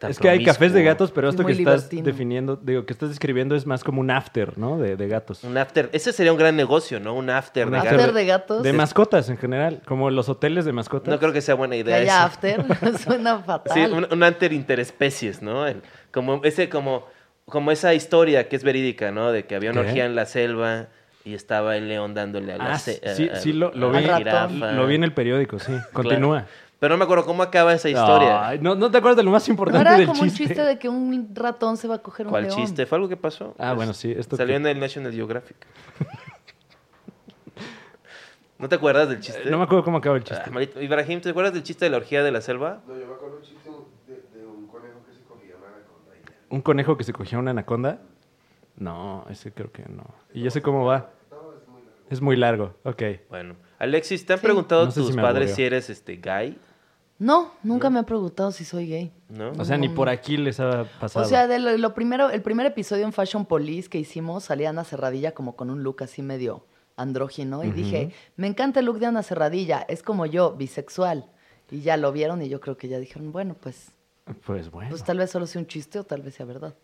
tan
Eh, es que hay cafés de
promiscuo?
gatos, pero
Sí,
esto que
muy
estás
libertino.
definiendo, digo, que estás describiendo es más como un after, ¿no? De, de gatos.
Un after. Ese sería un gran negocio, ¿no? Un after
Un
de
after
gatos.
de gatos.
De mascotas en general, como los hoteles de mascotas.
No creo que sea buena
Que
idea
haya
eso.
after. Suena fatal.
Sí, un, un anter interespecies, ¿no? El- como ese, como, como esa historia que es verídica, ¿no? De que había una
¿Qué?
orgía en la selva y estaba el león dándole a la
Ah,
ce-
sí,
a-
sí, lo- lo
a la
vi.
jirafa.
Lo vi en el periódico, sí. Continúa.
Pero no me acuerdo cómo acaba esa historia.
Ay, no, no te acuerdas de lo más
No
importante
era
del
como
chiste.
un chiste de que un ratón se va a coger un
¿Cuál
león.
chiste? Fue algo que pasó.
Ah, bueno, sí, esto
Salió
que-
en el National Geographic. ¿No te acuerdas del chiste?
Eh, No me acuerdo cómo acaba el
Ah,
chiste.
maldito. Ibrahim, ¿te acuerdas del chiste de la orgía de la selva?
No, yo me acuerdo un chiste de, de un conejo que se cogía una anaconda y ya.
¿Un conejo que se cogía una anaconda? No, ese creo que no. Y yo sé cómo va. Es muy largo, ok.
Bueno, Alexis, ¿te han
Sí.
preguntado
No sé
tus
si me
padres
aburrió.
si eres este gay?
No, nunca me ha preguntado si soy gay.
¿No?
O sea, ni por aquí les ha pasado.
Mm. O sea, de lo, lo primero, el primer episodio en Fashion Police que hicimos, salía Ana Cerradilla como con un look así medio andrógino. Y dije, me encanta el look de Ana Cerradilla, es como yo, bisexual. Y ya lo vieron y yo creo que ya dijeron, bueno, pues,
pues bueno.
pues
Pues,
tal vez solo sea un chiste o tal vez sea verdad.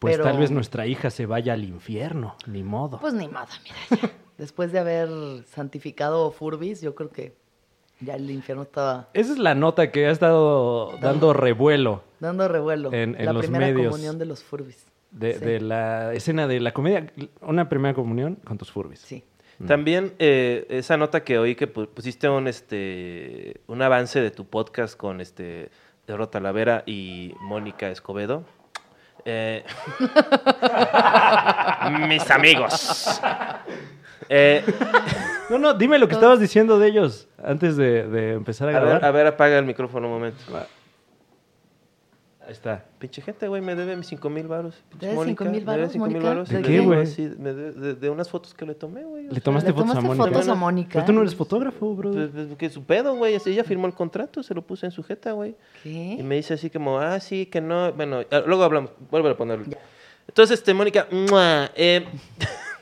Pero,
tal vez nuestra hija se vaya al infierno, ni modo.
Pues ni nada, mira ya. Después de haber santificado Furbis, yo creo que ya el infierno estaba
Esa es la nota que ha estado
Ah.
dando revuelo
dando revuelo.
En- en
la
los
primera
medios.
comunión de los Furbis.
de,
Sí,
de la escena de la comedia. Una primera comunión con tus furbis.
sí.
También eh, esa nota que oí que pu- pusiste un este un avance de tu podcast con este Ro Talavera y Mónica Escobedo. Eh, mis amigos. Eh,
No, no, dime lo que estabas diciendo de ellos antes de, de empezar a,
a,
grabar.
ver, a ver, apaga el micrófono un momento.
Ahí está.
Pinche gente, güey, me debe mis 5 mil baros.
¿Te debes cinco mil varos, Mónica?
¿De qué, güey?
de, de- de unas fotos que le tomé, güey.
Le tomaste,
¿Le tomaste
fotos a Mónica.
fotos a Mónica?
Pero tú no eres fotógrafo, bro.
Pues, pues, que su pedo, güey. Así, Ella firmó el contrato, se lo puse en su jeta, güey.
¿Qué?
Y me dice así como, ah, sí, que no. Bueno, ah, luego hablamos. Vuelve a ponerlo. Entonces, este, Mónica, ¡mua! Eh,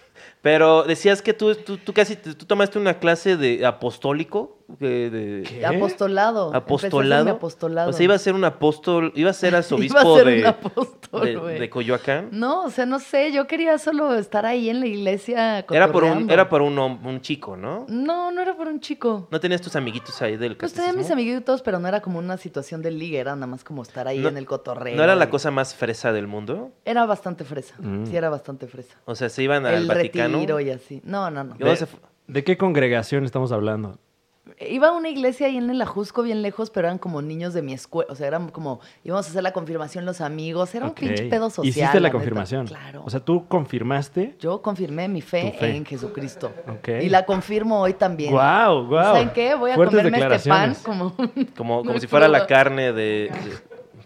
pero decías que tú, tú, tú casi tú tomaste una clase de apostólico. De, de-
¿Qué?
Apostolado. Empecé a hacer
¿Eh? Apostolado.
mi apostolado.
O sea, iba a ser un apóstol, iba a ser arzobispo
Iba a ser
de,
un apóstol,
de-
güey.
de Coyoacán.
No, o sea, no sé, yo quería solo estar ahí en la iglesia
Era por, un,
cotorreando.
era por un, hom- un chico, ¿no?
No, no era por un chico.
¿No tenías tus amiguitos ahí del
Pues tenía
catecismo?
mis amiguitos, pero no era como una situación de liga, era nada más como estar ahí
No-
en el cotorreo.
¿No era la
y-
cosa más fresa del mundo?
Era bastante fresa,
Mm.
sí era bastante fresa.
O sea, se iban al
El
Vaticano.
retiro y así. No, no, no.
Luego
Ve-
se fu-
¿De qué congregación estamos hablando?
Iba a una iglesia ahí en el Ajusco, bien lejos, pero eran como niños de mi escuela. O sea, eran como, íbamos a hacer la confirmación los amigos. Era un
Ok.
pinche pedo social.
Hiciste la
neta.
confirmación.
Claro.
O sea, tú confirmaste.
Yo confirmé mi fe,
Tu fe.
en Jesucristo.
Ok.
Y la confirmo hoy también.
Guau, guau.
¿Saben qué? Voy a
Fuertes
comerme este pan
declaraciones.
como...
Como, como
muy
si fuera la
crudo.
carne
Ah.
de... de-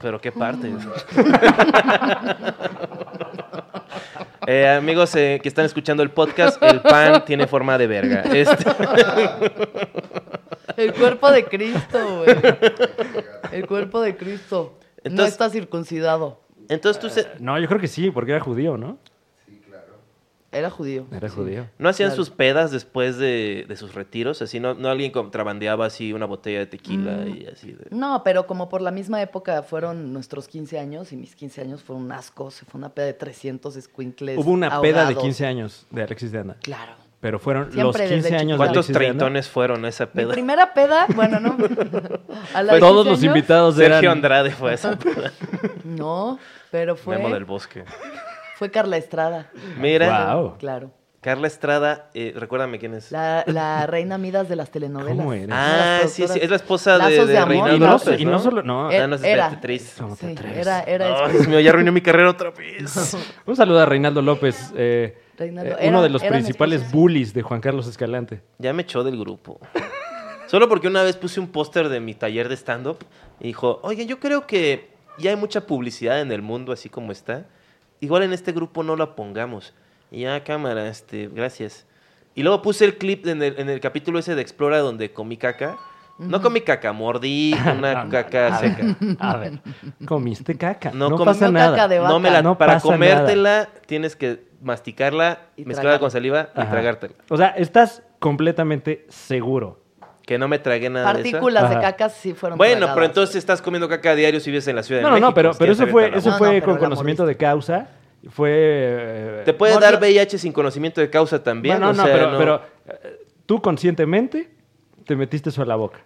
pero qué parte.
Oh.
Eh, amigos eh, que están escuchando el podcast, el pan tiene forma de verga. Este,
El cuerpo de Cristo, güey. El cuerpo de Cristo. no
Entonces-
está circuncidado.
entonces tú se-
No, yo creo que sí, porque era judío, ¿no?
Era judío.
Era judío.
no hacían
Claro.
sus pedas después de, de sus retiros, así no, no alguien contrabandeaba así una botella de tequila
Mm.
y así. de-
Este,
No, pero como por la misma época fueron nuestros 15 años y mis 15 años fue un asco. Se fue una peda de 300 escuincles.
Hubo una peda de
ahogados.
15 años de Alexis de Anda.
Claro.
Pero fueron
Siempre
los
desde
15 años de
¿Cuántos
Alexis de Anda.
treintones fueron a esa
Mi
peda?
primera peda, bueno, no. A la de
Todos
15
los
años,
invitados
Sergio
eran...
Andrade fue a esa peda.
No, pero
Memo del
fue,
Bosque.
fue Carla Estrada.
Mira,
Guau. Oh.
Claro.
Carla Estrada, eh, recuérdame quién es.
La, la reina Midas de las telenovelas.
¿Cómo eres?
Ah,
Las
sí, sí,
productoras.
es la esposa de,
Lazos
de,
de amor.
Y
Reinaldo
no,
López,
y no solo... No,
Eh,
Era-
Ah, no, es de
era.
actriz.
¿Cómo te
Sí,
atreves?
era, era
Ay,
esposa.
Dios mío, ya arruiné mi carrera otra vez.
Un saludo a Reinaldo López, eh,
Reinaldo,
eh, uno
eran-
de los
eran
principales
esposos.
bullies de Juan Carlos Escalante.
Ya me echó del grupo. Solo porque una vez puse un póster de mi taller de stand-up y dijo, oye, yo creo que ya hay mucha publicidad en el mundo así como está. Igual en este grupo no la pongamos. Y ya, cámara, este, gracias. Y luego puse el clip en el, en el capítulo ese de Explora donde comí caca. No comí caca, mordí una
No,
caca
a ver,
seca.
A ver, comiste caca.
Ah, No
No,
comí-
pasa
No
nada.
caca de vaca.
No me la,
No
para
pasa
comértela tienes que masticarla,
Y
mezclarla
tragarla.
con saliva y
Ajá.
tragártela.
O sea, estás completamente seguro.
Que no me tragué nada de
Partículas de
Ajá.
caca sí
eso.
fueron.
Bueno,
tragadas.
pero entonces estás comiendo caca a diario si vives en la ciudad
No,
de
no,
México.
no, pero,
pues,
pero
¿quién
eso
te
fue,
avienta la
eso
No,
mano?
no,
fue
pero
con
la
conocimiento de causa. Fue. eh,
Te puede
Mordió-
dar VIH sin conocimiento de causa también.
bueno,
o
no,
sea,
pero,
no.
pero, eh, tú conscientemente te metiste eso a la boca.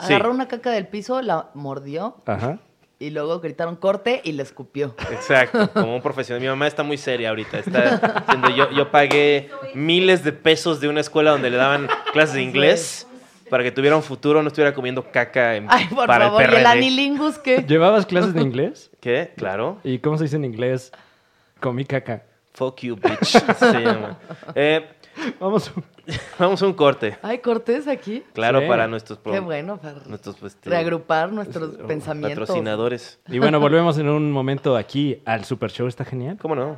Sí.
Agarró una caca del piso, la mordió
Ajá.
Y luego gritaron corte y le escupió.
Exacto, como un profesional. Mi mamá está muy seria ahorita. Está diciendo, yo, yo pagué miles de pesos de una escuela donde le daban clases de inglés para que tuviera un futuro, no estuviera comiendo caca en,
Ay, por
para
favor,
el
¿y
PRD.
el anilingus qué?
¿Llevabas clases de inglés?
¿Qué? Claro.
¿Y cómo se dice en inglés? Comí caca.
Fuck you, bitch. se llama. Eh,
Vamos.
vamos a un corte.
Ay, Cortés aquí.
Claro,
Sí.
para nuestros, pro-
Qué bueno para
nuestros pues, este,
reagrupar nuestros pensamientos.
patrocinadores.
Y bueno, volvemos en un momento aquí al Super Show. Está genial.
¿Cómo no?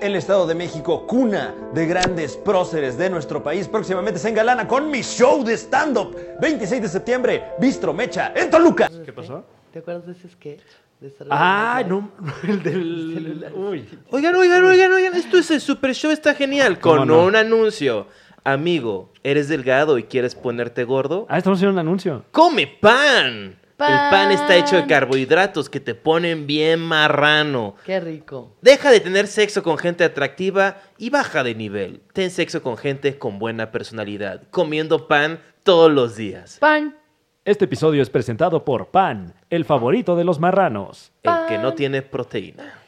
El Estado de México, cuna de grandes próceres de nuestro país, próximamente se engalana con mi show de stand-up. 26 de septiembre, Bistro Mecha, en Toluca.
¿Qué pasó?
¿Te acuerdas de ese sketch? De esa
Ah,
reunión?
no. El del. Uy.
Oigan, oigan, oigan, oigan, esto es el super show, está genial.
¿Cómo
Con
no?
un anuncio. Amigo, eres delgado y quieres ponerte gordo.
Ah, estamos haciendo un anuncio.
¡Come pan! El pan está hecho de
Pan.
carbohidratos que te ponen bien marrano.
Qué rico.
Deja de tener sexo con gente atractiva y baja de nivel. Ten sexo con gente con buena personalidad, comiendo pan todos los días.
Pan.
Este episodio es presentado por Pan, el favorito de los marranos.
El que no tiene proteína.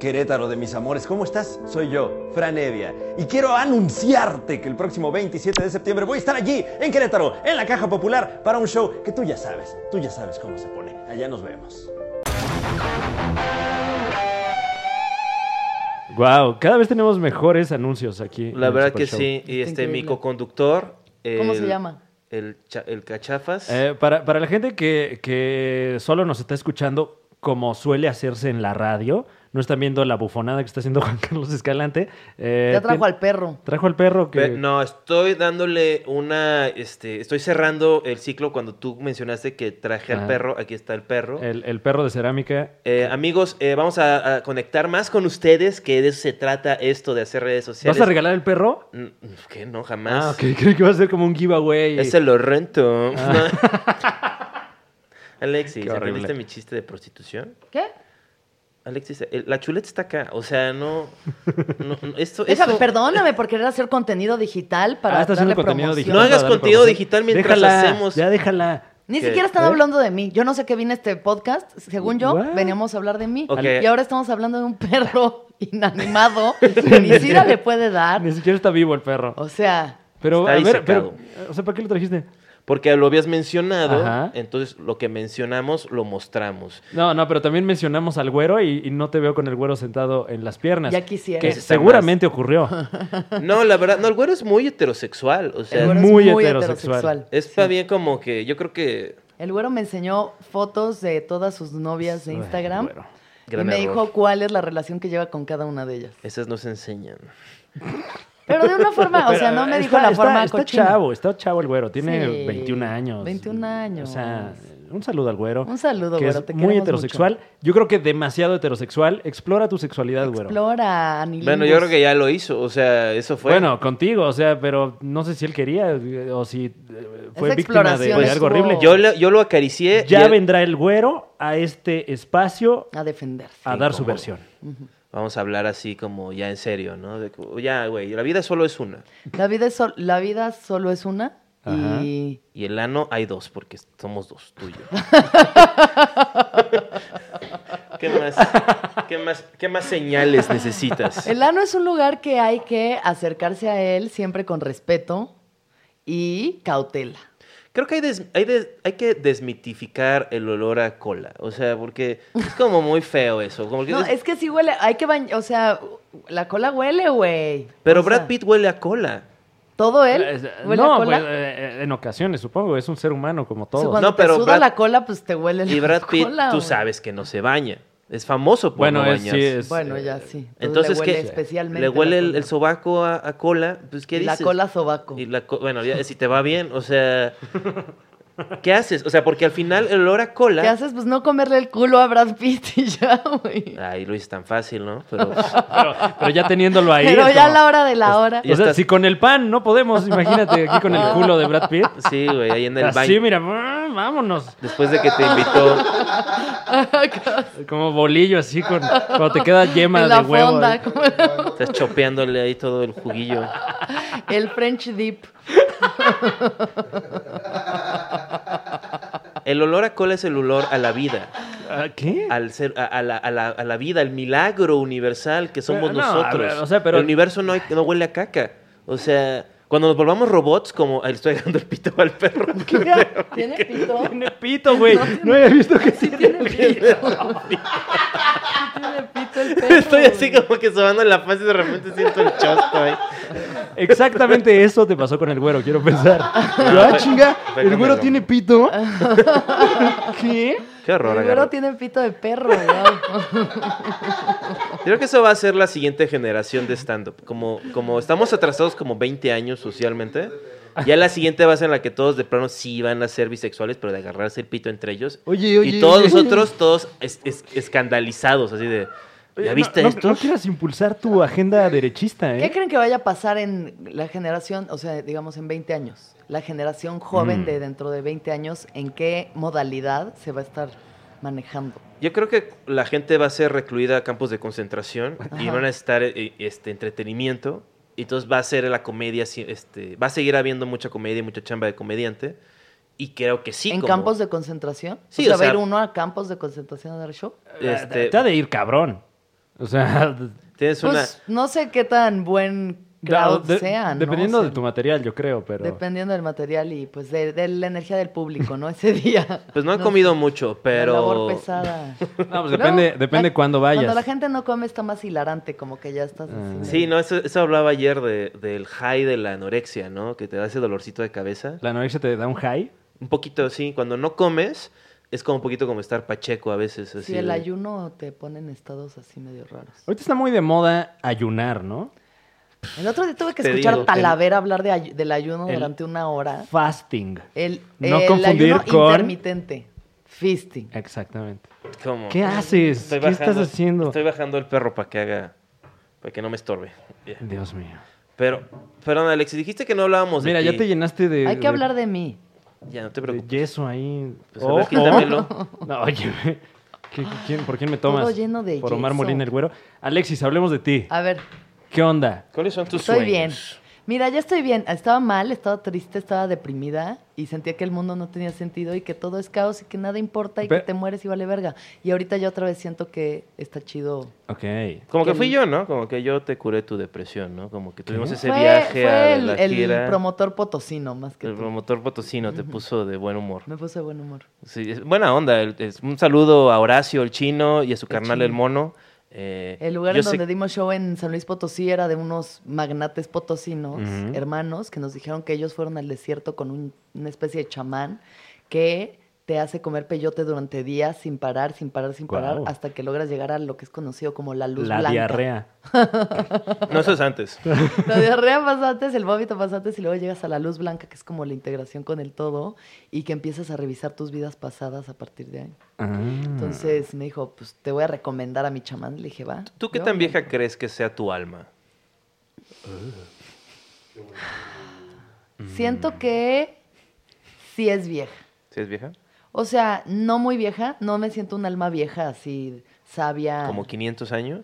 Querétaro de mis amores, ¿cómo estás? Soy yo, Fran Evia, y quiero anunciarte que el próximo 27 de septiembre voy a estar allí, en Querétaro, en la Caja Popular, para un show que tú ya sabes, tú ya sabes cómo se pone. Allá nos vemos.
Wow, cada vez tenemos mejores anuncios aquí. en
La
el
verdad
Super
que
Show.
sí. Y
Está
este, mi
increíble.
coconductor.
¿Cómo se
el-
llama?
El, cha- el cachafas.
Eh, para, para la gente que, que solo nos está escuchando, como suele hacerse en la radio, no están viendo la bufonada que está haciendo Juan Carlos Escalante. eh,
Ya trajo
tien-
al perro.
trajo al perro que.
Pe- No, estoy dándole una, este, estoy cerrando el ciclo cuando tú mencionaste que traje
Ajá. Eh,
al perro, aquí está el perro.
El, el perro de cerámica.
Eh, amigos, eh, vamos a, a conectar más con ustedes, que de eso se trata esto de hacer redes sociales.
¿Vas a regalar el perro?
Mm, ¿Qué? No, jamás.
Ah, ok, creo que va a ser como un giveaway.
Ese lo rento. Alexis,
Ah. Qué horrible.
¿entendiste mi chiste de prostitución?
¿Qué?
Alexis, el- la chuleta está acá. O sea, no. no, no, esto,
Déjame,
esto-
perdóname por querer hacer contenido digital para
Ah, está haciendo
darle
contenido
promoción.
digital.
No hagas
para darle
contenido
promoción.
digital mientras
Déjala,
hacemos-
Ya déjala.
Ni
¿Qué?
siquiera están
¿Eh?
hablando de mí. Yo no sé qué viene este podcast. Según yo,
What?
veníamos a hablar de mí.
Ok.
Y ahora estamos hablando de un perro inanimado que ni siquiera le puede dar.
Ni siquiera está vivo el perro.
O sea,
Pero,
Está
a ver,
disecado.
pero. O sea, ¿para qué lo trajiste?
Porque lo habías mencionado,
Ajá.
entonces lo que mencionamos lo mostramos.
No, no, pero también mencionamos al güero y, y no te veo con el güero sentado en las piernas.
Ya quisiera.
Que
Ese está
seguramente ocurrió.
No, la verdad, no, el güero es muy heterosexual. O
el
sea,
güero
muy
es muy
heterosexual.
heterosexual.
es para bien como que yo creo que.
El güero me enseñó fotos de todas sus novias de
Ay,
Instagram.
güero.
Gran
y me
error.
dijo cuál es la relación que lleva con cada una de ellas.
Esas nos enseñan.
Pero de una forma, Ah, o sea,
Pero,
no me
eh,
dijo
está-
la
está-
forma
Está
cochina.
chavo, está chavo el güero. Tiene
Sí,
21 años.
21 años.
O sea, un saludo al güero.
Un saludo,
que
güero,
es
te
muy
queremos
heterosexual. Yo creo que demasiado heterosexual. Explora tu sexualidad, güero.
Explora, Anilingus.
Bueno, yo creo que ya lo hizo. O sea, eso fue.
Bueno, contigo, o sea, pero no sé si él quería eh, o si eh, fue víctima
Esa
de,
exploración
de algo
estuvo-
horrible.
yo, le- yo lo acaricié. y
ya
él-
vendrá el güero a este espacio
A defenderse.
a
Sí,
dar su
cómo
versión.
Vamos a hablar así como ya en serio, ¿no? De que, ya, güey, la vida solo es una.
La vida, es sol- la vida solo es una y...
Y el ano hay dos, porque somos dos, tuyo. ¿Qué más? ¿Qué más? ¿Qué más señales necesitas?
El ano es un lugar que hay que acercarse a él siempre con respeto y cautela.
Creo que hay, des- hay, des- hay que desmitificar el olor a cola. O sea, porque es como muy feo eso. como que
No,
es-
es que sí huele, hay que bañar, o sea, la cola huele, güey.
Pero
O sea,
Brad Pitt huele a cola.
¿Todo él?
Eh, eh,
¿Huele
no,
a cola?
pues, eh, eh, en ocasiones, supongo. Es un ser humano como
O sea,
todos.
cuando
No,
te
pero
suda
Brad-
la cola, pues te huele la
Y Brad Pitt,
cola,
tú
güey.
sabes que no se baña. Es famoso por
Bueno,
no
es- sí
bañarse.
es-
Bueno,
eh,
ya sí. pues,
Entonces,
le huele
¿qué?
especialmente
Le huele
la
el,
cola.
el sobaco a, a cola. Pues, ¿qué
Y la
dices?
cola sobaco.
Y la co- bueno, ya, si te va bien, o sea... ¿Qué haces? O sea, porque al final el olor a cola...
¿Qué haces? Pues no comerle el culo a Brad Pitt y ya, güey.
Ay, lo hice tan fácil, ¿no? Pero
Pero, pero ya teniéndolo ahí.
Pero
es
ya a
como-
la hora de la hora.
y-
O sea,
estás-
si con el pan no podemos, imagínate aquí con el culo de Brad Pitt.
sí, güey, ahí en el
Así,
baño.
mira, mm, vámonos.
Después de que te invitó...
Como bolillo así con cuando te queda yema
En la
de huevo.
fonda,
¿eh?
como
Estás chopeándole ahí todo el juguillo.
el French Dip.
El olor a cola es el olor a la vida,
¿Ah, ¿Qué?
al ser, a, a la, a la- a la vida, al milagro universal que somos
Pero, no,
nosotros.
a ver, o sea, pero-
El universo no, hay- no huele a caca. O sea, cuando nos volvamos robots, como Ay, le estoy dando el pito al perro.
¿Tiene pito?
Tiene pito, güey. No había visto que
Sí tiene pito. Sí tiene pito el perro.
Estoy así
güey.
como que sobando la paz y de repente siento el chosto ahí.
Exactamente eso te pasó con el güero, quiero pensar. Yo, ah, chinga,
fue
el
con
güero
el-
tiene pito. ¿Qué?
Qué horror,
El güero
agarrar.
tiene pito de perro, güey.
Creo que eso va a ser la siguiente generación de stand-up. Como, como estamos atrasados como 20 años socialmente, ya la siguiente va a ser en la que todos de plano sí van a ser bisexuales, pero de agarrarse el pito entre ellos.
Oye, oye,
y todos
oye.
nosotros, todos es- es- escandalizados, así de... ¿Ya viste
no, no-
esto?
No quieras impulsar tu agenda derechista, ¿eh?
¿Qué creen que vaya a pasar en la generación, o sea, digamos en 20 años? La generación
Mm.
joven de dentro de 20 años, ¿en qué modalidad se va a estar manejando?
Yo creo que la gente va a ser recluida a campos de concentración y
Ajá.
van a estar eh, este entretenimiento. Y entonces va a ser la comedia, sí, este, va a seguir habiendo mucha comedia y mucha chamba de comediante. Y creo que sí.
¿En
como-
campos de concentración?
Sí,
o sea,
o sea-
¿va a ir uno a campos de concentración a dar show?
este,
Te ha de ir cabrón. O sea,
tienes una...
Pues no sé qué tan buen crowd
de-
sea, ¿no?
dependiendo
O sea,
de tu material, yo creo, pero...
Dependiendo del material y pues de, de la energía del público, ¿no? Ese día.
Pues no han
han
comido mucho, pero.
La labor pesada.
No, pues depende,
No,
depende
la-
cuándo vayas. Ah.
Cuando la gente no come está más hilarante, como que ya estás así.
Sí, no, eso, eso hablaba ayer de- del high de la anorexia, ¿no? Que te da ese dolorcito de cabeza.
La anorexia te da un high.
Un poquito así, cuando no comes, es como un poquito como estar pacheco a veces. Así
Si el
de-
ayuno te pone en estados así medio raros.
Ahorita está muy de moda ayunar, ¿no?
El otro día tuve que
Te
escuchar
digo, el-
Talavera hablar de ayu- del ayuno
el-
durante una hora.
Fasting.
El,
No
el
confundir
ayuno
con-
intermitente. Fisting.
Exactamente.
¿Cómo?
¿Qué haces?
"Ah, Estoy
¿Qué
bajando-
estás haciendo?
Estoy bajando el perro para que haga. para que no me estorbe. Ya.
Dios mío.
Pero, perdón, Alex, dijiste que no hablábamos de.
Mira, ya
ti.
te llenaste de...
Hay que hablar de mí.
Ya, no te
de
preocupes.
yeso ahí. Oh.
Pues, a ver, quítamelo.
No, oye, ¿qué- qué- quién- ¿por quién me tomas?
Todo lleno de
Por Omar
yeso.
Molina el Güero. Alexis, hablemos de ti.
A ver,
¿Qué onda?
¿Cuáles son tus
estoy
sueños?
bien. Mira, ya estoy bien. Estaba mal, estaba triste, estaba deprimida y sentía que el mundo no tenía sentido y que todo es caos y que nada importa y
Pe-
que te mueres y vale verga. Y ahorita ya otra vez siento que está chido.
Ok.
Como que
Que
fui
el-
yo, ¿no? Como que yo te curé tu depresión, ¿no? Como que tuvimos ese
Fue-
viaje
fue
a
el,
la
el
gira.
promotor potosino más que
El
tú.
promotor potosino te puso de buen humor.
Me puse de buen humor.
Sí, es buena onda. el- es- un saludo a Horacio, el chino, y a su carnal, el
chino.
mono. Eh,
El lugar
yo
en
sé-
donde dimos show en San Luis Potosí era de unos magnates potosinos, hermanos, que nos dijeron que ellos fueron al desierto con un- una especie de chamán que te hace comer peyote durante días sin parar, sin parar, sin parar,
Guau.
hasta que logras llegar a lo que es conocido como la luz
La
blanca.
diarrea.
No, eso es antes.
La diarrea pasa antes, el vómito pasa antes y luego llegas a la luz blanca, que es como la integración con el todo, y que empiezas a revisar tus vidas pasadas a partir de ahí.
Ah.
Mm.
Entonces me dijo, pues te voy a recomendar a mi chamán. Le dije, va.
¿Tú qué
Yo,
tan vieja crees que sea tu alma?
Mm.
Siento que sí es vieja.
¿Sí es vieja?
O sea, no muy vieja, no me siento un alma vieja así sabia.
¿Como 500 años?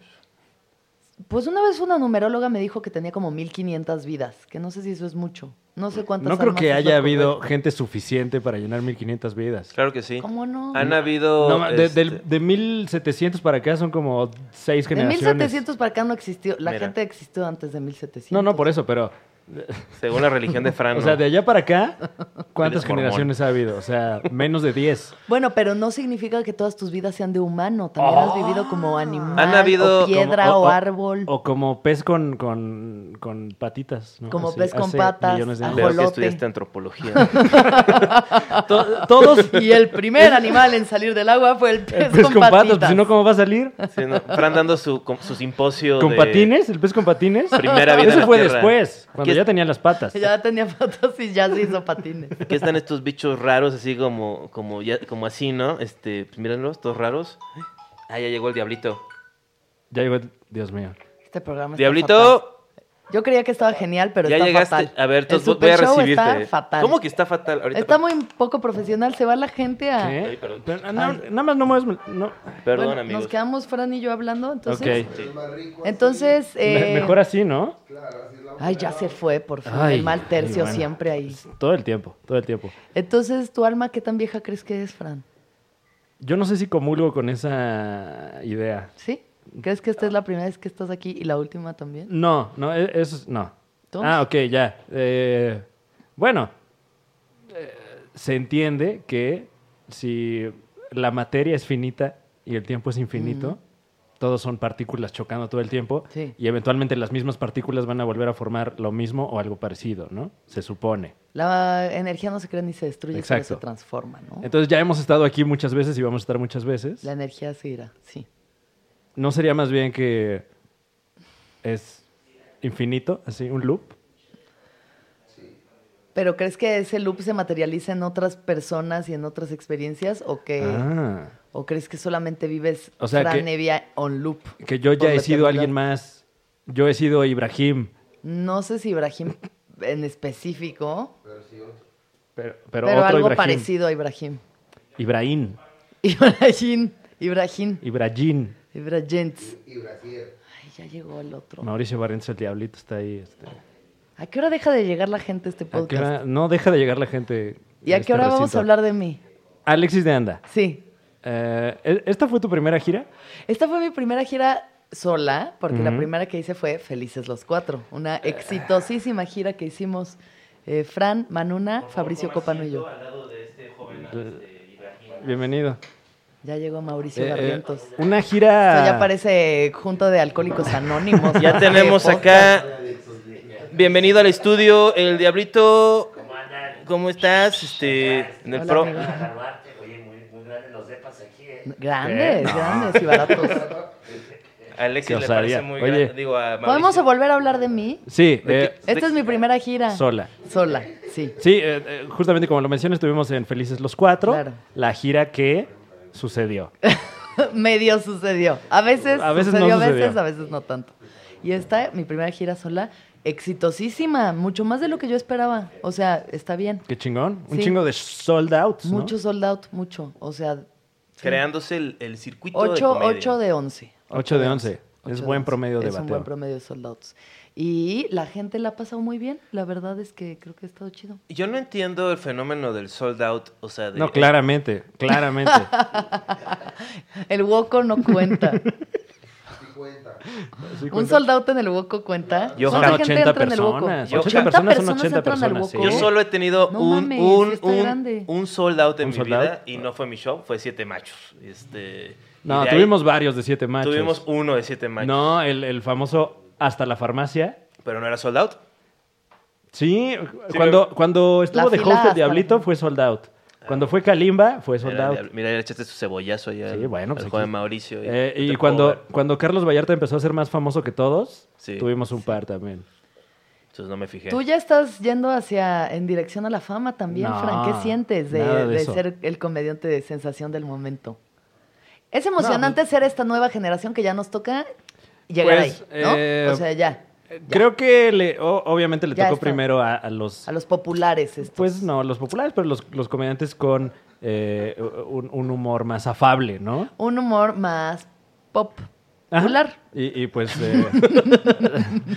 Pues una vez una numeróloga me dijo que tenía como 1500 vidas, que no sé si eso es mucho. No sé cuántas
No creo
almas
que
es lo
haya habido eh, gente suficiente para llenar 1500 vidas.
Claro que sí.
¿Cómo no?
Han
No,
habido...
No, ma- de,
este,
del- de 1700 para acá son como seis
De
generaciones.
1700 para acá no existió. La
Mira.
gente existió antes de 1700.
No, no, por eso, pero.
Según la religión de Fran.
O sea,
Ah, no.
de allá para acá,
Eres mormón.
¿cuántas generaciones ha habido? O sea, menos de 10.
Bueno, pero no significa que todas tus vidas sean de humano. También has vivido como animal,
Han habido
o piedra,
Ah. Como-
o, árbol,
O como pez con, con, con patitas. ¿no?
Como
Así,
pez con
hace
patas,
millones de años.
Veo que
ajolote.
estudiaste antropología.
To- todos.
Y el primer animal en salir del agua fue el pez,
El pez con, patas, pues, si no,
patitas.
¿cómo va a salir?
Sí, ¿no? Fran dando su, con- su simposio
¿Con
de-
patines? ¿El pez con patines?
Primera vida en
Eso
la
fue
Tierra.
después, cuando
Aquí
ya
es-
tenía las patas.
Ya tenía patas y ya se hizo patines.
Aquí están estos bichos raros, así como, como, ya, como así, ¿no? Este, pues mírenlos, todos raros. Ah, ya llegó el diablito.
Ya llegó, Dios mío.
Este programa está fatal.
Diablito,
Yo creía que estaba genial, pero
ya
está
llegaste.
fatal.
A ver, entonces
El
voy a
Super Show
recibirte.
Está fatal.
¿Cómo que está fatal? Ahorita
Está muy poco profesional. Se va la gente a.
¿Qué?
Ay, perdón.
Pero, ah, na- nada más no mueves. No.
Perdón,
Bueno,
amigos.
Nos quedamos Fran y yo hablando, entonces.
ok.
Sí.
Entonces.
Me-
eh,
mejor así, ¿no?
Ay, ya se fue, por fin.
Ay,
el mal tercio
bueno.
siempre ahí.
Todo el tiempo, todo el tiempo.
Entonces, ¿tu alma qué tan vieja crees que es, Fran?
Yo no sé si comulgo con esa idea.
¿Sí? ¿Crees que esta es la primera vez que estás aquí y la última también?
No, no, e- eso es- no.
Entonces.
Ah, ok, ya. Eh, bueno, eh, se entiende que si la materia es finita y el tiempo es infinito, todos son partículas chocando todo el tiempo
Sí.
y eventualmente las mismas partículas van a volver a formar lo mismo o algo parecido, ¿no? Se supone.
La energía no se crea ni se destruye, solo
Exacto.
se transforma, ¿no?
Entonces ya hemos estado aquí muchas veces y vamos a estar muchas veces.
Ah. La energía se irá, sí.
¿No sería más bien que es infinito, así, un loop?
¿Pero crees que ese loop se materializa en otras personas y en otras experiencias? ¿O, que,
Ah.
o crees que solamente vives
O sea,
Fran
que-
Evia on loop?
Que yo
por
ya he
la
sido
eternidad?
alguien más. Yo he sido Ibrahim.
No sé si Ibrahim en específico,
Pero,
pero,
pero otro
algo
Ibrahim.
parecido a Ibrahim.
Ibrahim.
Ibrahim, Ibrahim,
Ibrahim.
Ibrahimts. Ay, ya llegó el otro.
Mauricio Barrientos, el diablito, está ahí. este.
¿A qué hora deja de llegar la gente a este
¿A qué
podcast?
hora? No deja de llegar la gente.
¿Y a
este
qué hora vamos
recinto.
a hablar de mí?
Alexis de Anda.
Sí.
eh, ¿e- ¿Esta fue tu primera gira?
Esta fue mi primera gira sola, porque la
Ujú. Eh,
primera que hice fue Felices los Cuatro, una exitosísima gira que hicimos eh, Fran, Manuna, Fabricio Copano y yo.
Bienvenido.
Ya llegó Mauricio
Eh, eh,
Barrientos.
una gira.
Esto ya parece junto de Alcohólicos Anónimos. ¿no?
Ya
De
tenemos
podcast.
acá. Bienvenido al estudio, el Diablito. ¿Cómo estás? Este, en el
Hola,
pro-
amigo.
Oye, muy, muy grandes los depas aquí, ¿eh?
Grandes, grandes y baratos.
a Alexis
Qué
le
osadía.
parece muy
Oye.
grande. Digo, a
¿Podemos
Mauricio.
volver a hablar de mí?
Sí, eh,
Esta es mi primera gira.
sola.
Sola, sí.
Sí, eh, eh, justamente como lo mencioné, estuvimos en Felices los Cuatro.
Claro.
La gira que sucedió.
Medio sucedió. A veces,
A veces no
sucedió, a
sucedió.
veces, a veces no tanto. Y esta, mi primera gira sola, exitosísima, mucho más de lo que yo esperaba. O sea, está bien.
Qué chingón. Un
Sí.
chingo de sold outs. ¿no?
Mucho sold out, mucho. O sea,
Creándose el, el circuito de
8,
comedia.
de 11.
8 de 11. Es buen promedio de
Es un buen
bateo.
promedio de sold outs. Y la gente la ha pasado muy bien. La verdad es que creo que ha estado chido.
Yo no entiendo el fenómeno del sold out, o sea, de...
No, claramente, claramente.
El Woco no cuenta. Un sold out en el Woco cuenta.
Yo-
¿Cuánta
Son
gente
80
entra en el Woco?
personas.
Yo-
80 personas son 80
entran al
personas,
Woco?
Yo
¿Sí?
solo he tenido
No
un,
mames,
un-
está
un-
grande.
un sold out en
¿Un
mi
sold
vida
out?
y no fue mi show, fue Siete Machos. Este, y
No,
de ahí
tuvimos varios de 7 machos.
tuvimos uno de Siete Machos,
No, el, el famoso hasta la farmacia.
pero no era sold out.
Sí, cuando, cuando estuvo
La
de
fila
host
hasta-
el Diablito fue sold out. Cuando fue Kalimba fue sold
Mira,
out.
le- Mira, le echaste su cebollazo ahí al,
Sí, bueno, pues
al
aquí-
joven Mauricio.
Eh,
no
y
te puedo
cuando,
ver.
cuando Carlos Vallarta empezó a ser más famoso que todos,
Sí.
tuvimos un par también.
Entonces no me fijé.
Tú ya estás yendo hacia en dirección a la fama también,
No,
Fran. ¿Qué sientes de,
nada de
de
eso.
ser el comediante de sensación del momento? Es emocionante ser esta nueva generación que ya nos toca llegar
Pues,
ahí, ¿no?
eh,
o sea, ya.
Eh,
Ya.
Creo que le, o- obviamente le
Ya
tocó
está.
primero a, a los
A los populares estos.
Pues no, los populares, pero los, los comediantes con eh, un, un humor más afable, ¿no?
Un humor más pop.
Ajá.
Popular.
Y, y pues. eh,